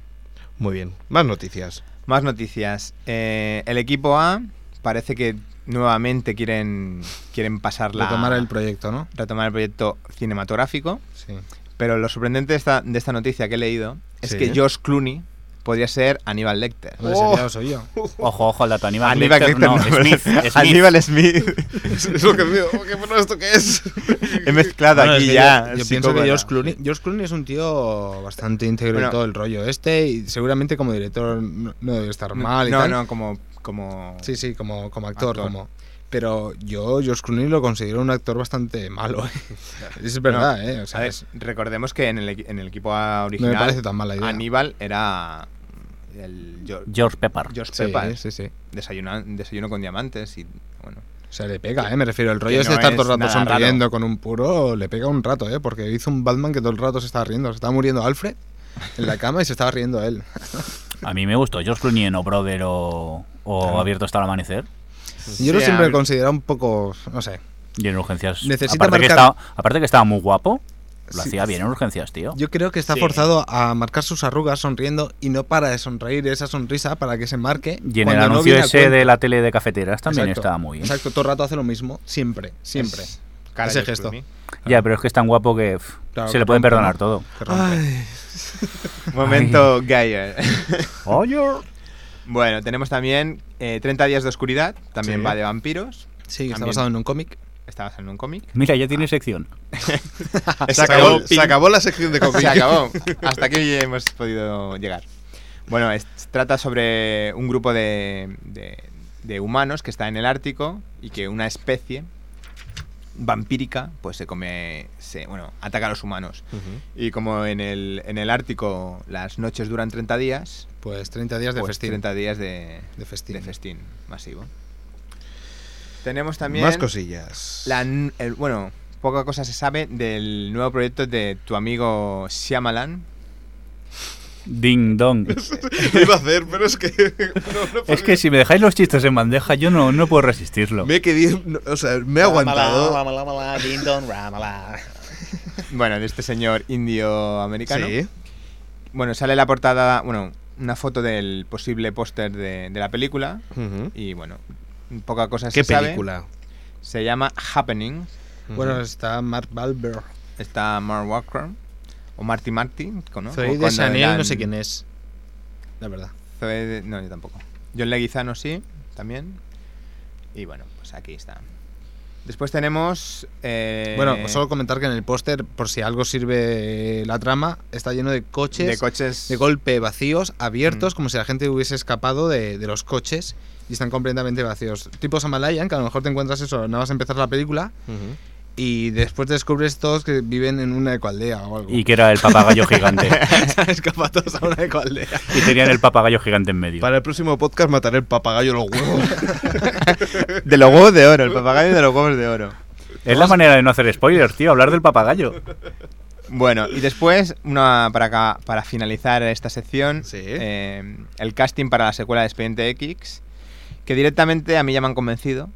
Muy bien. Más
<laughs>
noticias.
Más noticias. Eh, el equipo A parece que nuevamente quieren, quieren pasar la,
Retomar el proyecto, ¿no?
retomar el proyecto cinematográfico.
Sí.
Pero lo sorprendente de esta, de esta noticia que he leído es
Sí.
que Josh Clooney podría ser Aníbal Lecter.
Hombre,
Oh.
sería lo soy yo.
Ojo, ojo al dato. Aníbal,
Aníbal
Lecter,
Lecter,
no,
<laughs> no,
Smith.
¿verdad?
Smith.
Aníbal Smith.
es lo que digo. ¿Qué bueno esto que es?
He mezclado
Bueno, es
aquí
que
ya.
Yo, yo pienso que
psicópata.
George Clooney, George Clooney es un tío bastante íntegro
Bueno.
y todo el rollo este. Y seguramente como director no, no debe estar mal. y
No,
tal.
no, como. como...
Sí, sí, como, como actor.
Actor.
Como... Pero yo, George Clooney, lo considero un actor bastante
<laughs>
malo. ¿eh? Es verdad, ¿eh? O sea,
A ver,
es-
recordemos que en el, equi- en el equipo A
no
original
me parece tan mala idea.
Aníbal era el George,
George Pepper.
George
Sí,
Pepa,
sí, sí.
desayuno, desayuno con diamantes y bueno.
O sea, le pega, ¿eh? Me refiero, el rollo
Que
es
no
de estar todo
es
el rato
nada
sonriendo con un puro, le pega un rato, ¿eh? Porque hizo un Batman que todo el rato se estaba riendo. Se estaba muriendo Alfred en la cama y se estaba riendo
<laughs>
él.
A mí me gustó George Clooney en O Brother o, o
Ah.
Abierto hasta el amanecer.
Y Yo lo
Sí,
siempre
a
he
ver.
considerado un poco, no sé.
Y en Urgencias.
Necesita
aparte, que
marcar-
estaba, aparte que estaba muy guapo, lo
Sí,
hacía
sí.
bien en Urgencias, tío.
Yo creo que está
Sí.
forzado a marcar sus arrugas sonriendo y no para de sonreír esa sonrisa para que se marque.
Y en el
cuando no
anuncio
viene a
ese
cuento.
de la tele de cafeteras también
Exacto,
estaba muy bien.
Exacto, todo el rato hace lo mismo, siempre, siempre.
Es cara
Ese
de George
gesto.
Clooney.
Ya, pero es que es tan guapo que pff,
Claro,
se
que
le puede
rompe,
perdonar
¿no?
todo.
Que rompe.
Momento Geyer.
Oye.
bueno, tenemos también eh, 30 días de oscuridad, también
Sí.
va de vampiros.
sí, que está
También.
basado en un cómic.
Está basado en un cómic.
Mira, ya tiene sección.
<laughs> Se acabó,
Ping.
se acabó la sección de
<laughs> Se
cómics.
acabó. Hasta aquí hemos podido llegar. Bueno, es- trata sobre un grupo de, de- de humanos que está en el Ártico y que una especie vampírica pues se come, se, bueno, ataca a los humanos. Y como en el, en el Ártico las noches duran 30 días,
Pues 30 días de
pues
festín.
30 días de,
De festín.
de festín masivo. Tenemos también...
Más cosillas. <laughs>
La, n- el- bueno, poca cosa se sabe del nuevo proyecto de tu amigo Shyamalan, <laughs>
<laughs>
Ding dong.
Lo iba a hacer, pero es que. no, no
es
podía.
que si me dejáis los chistes en bandeja, yo no, no puedo resistirlo.
Me he querido. no, O sea, <laughs> me he aguantado.
Bueno, de este señor indio-americano.
Sí.
Bueno, sale la portada, bueno, una foto del posible póster de, de la película.
Ujú.
Y bueno, poca cosa
¿Qué
se sabe.
película?
Se llama Happening.
Bueno, está Mark Wahlberg.
Está Mark Walker. O Marty Marty. ¿no?
Soy de Chanel, no sé quién es. La verdad.
no, yo tampoco. John Leguizano sí, también. Y bueno, pues aquí está. Después tenemos... eh,
Bueno, solo comentar que en el póster, por si algo sirve la trama, está lleno de coches
de coches...
de
<laughs>
golpe vacíos, abiertos,
Mm.
como si la gente hubiese escapado de, de los coches y están completamente vacíos. Tipo Samalayan, que a lo mejor te encuentras eso, no vas a empezar la película
Ujú.
y después descubres todos que viven en una ecoaldea o algo.
Y que era el papagayo gigante.
se han escapado todos a una ecoaldea.
y tenían el papagayo gigante en medio.
Para el próximo podcast mataré el papagayo los huevos.
de los huevos de oro, el papagayo de los huevos de oro.
Es la manera de no hacer spoilers, tío, hablar del papagayo.
Bueno, y después, una para, ca- para finalizar esta sección,
Sí.
eh, el casting para la secuela de Expediente X, que directamente a mí ya me han convencido.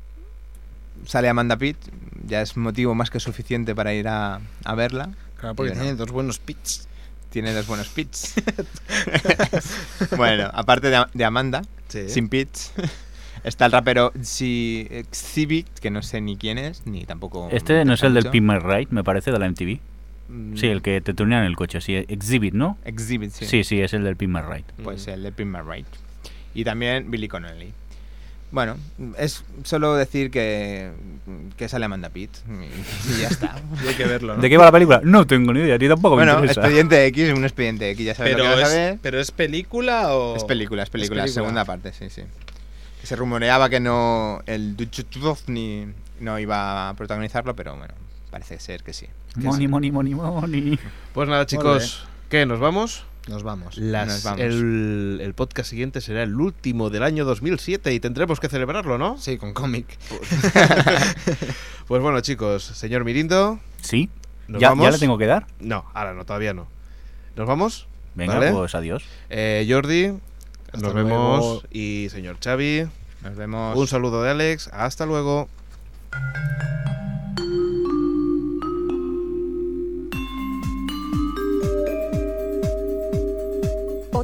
Sale Amanda Pitt, ya es motivo más que suficiente para ir a, a verla.
Claro, porque
Y bueno,
tienen dos buenos pits.
tiene dos buenos
<laughs>
pits. bueno, aparte de, de Amanda,
¿Eh?
Sí.
sin pits, está el rapero Xi- Xzibit, que no sé ni quién es, ni tampoco... me
Este no es el del
interesa
Pin My Ride, me parece, de la MTV.
Mm.
mucho.
Sí, el que te tunean el coche, sí, Exhibit, ¿no?
Exhibit,
Sí, sí, es el del Pin My Ride.
Mm.
Pues el de Primer Right. Y también Billy Connolly. Bueno, es solo decir que, que sale Amanda Pitt. Y, y ya
<laughs>
está.
<laughs> hay que verlo,
¿De qué va la película? No tengo ni idea, ni tampoco me
bueno,
Pues interesa.
Expediente X, un Expediente X, ya sabes lo que vas a ver.
¿Pero es película o...?
Es película, es película,
película.
segunda parte, sí, sí. Que se rumoreaba que no el Duchutov ni no iba a protagonizarlo, pero bueno, parece ser que sí.
Money, money, money, money.
Pues nada, chicos. ¿Qué? ¿Nos vamos?
Nos vamos.
Nos
Las,
vamos.
el, el podcast siguiente será el último del año 2007 y tendremos que celebrarlo, ¿no?
Sí, con cómic.
Pues bueno, chicos, señor Mirindo,
¿Sí?
¿nos
¿Ya,
vamos?
¿Ya le tengo que dar?
No, ahora no, todavía no. ¿Nos vamos?
Venga,
¿Vale?
pues adiós.
Eh, Jordi,
Hasta
nos
luego.
vemos. Y señor Xavi,
Nos vemos.
un saludo de Alex. Hasta luego.
O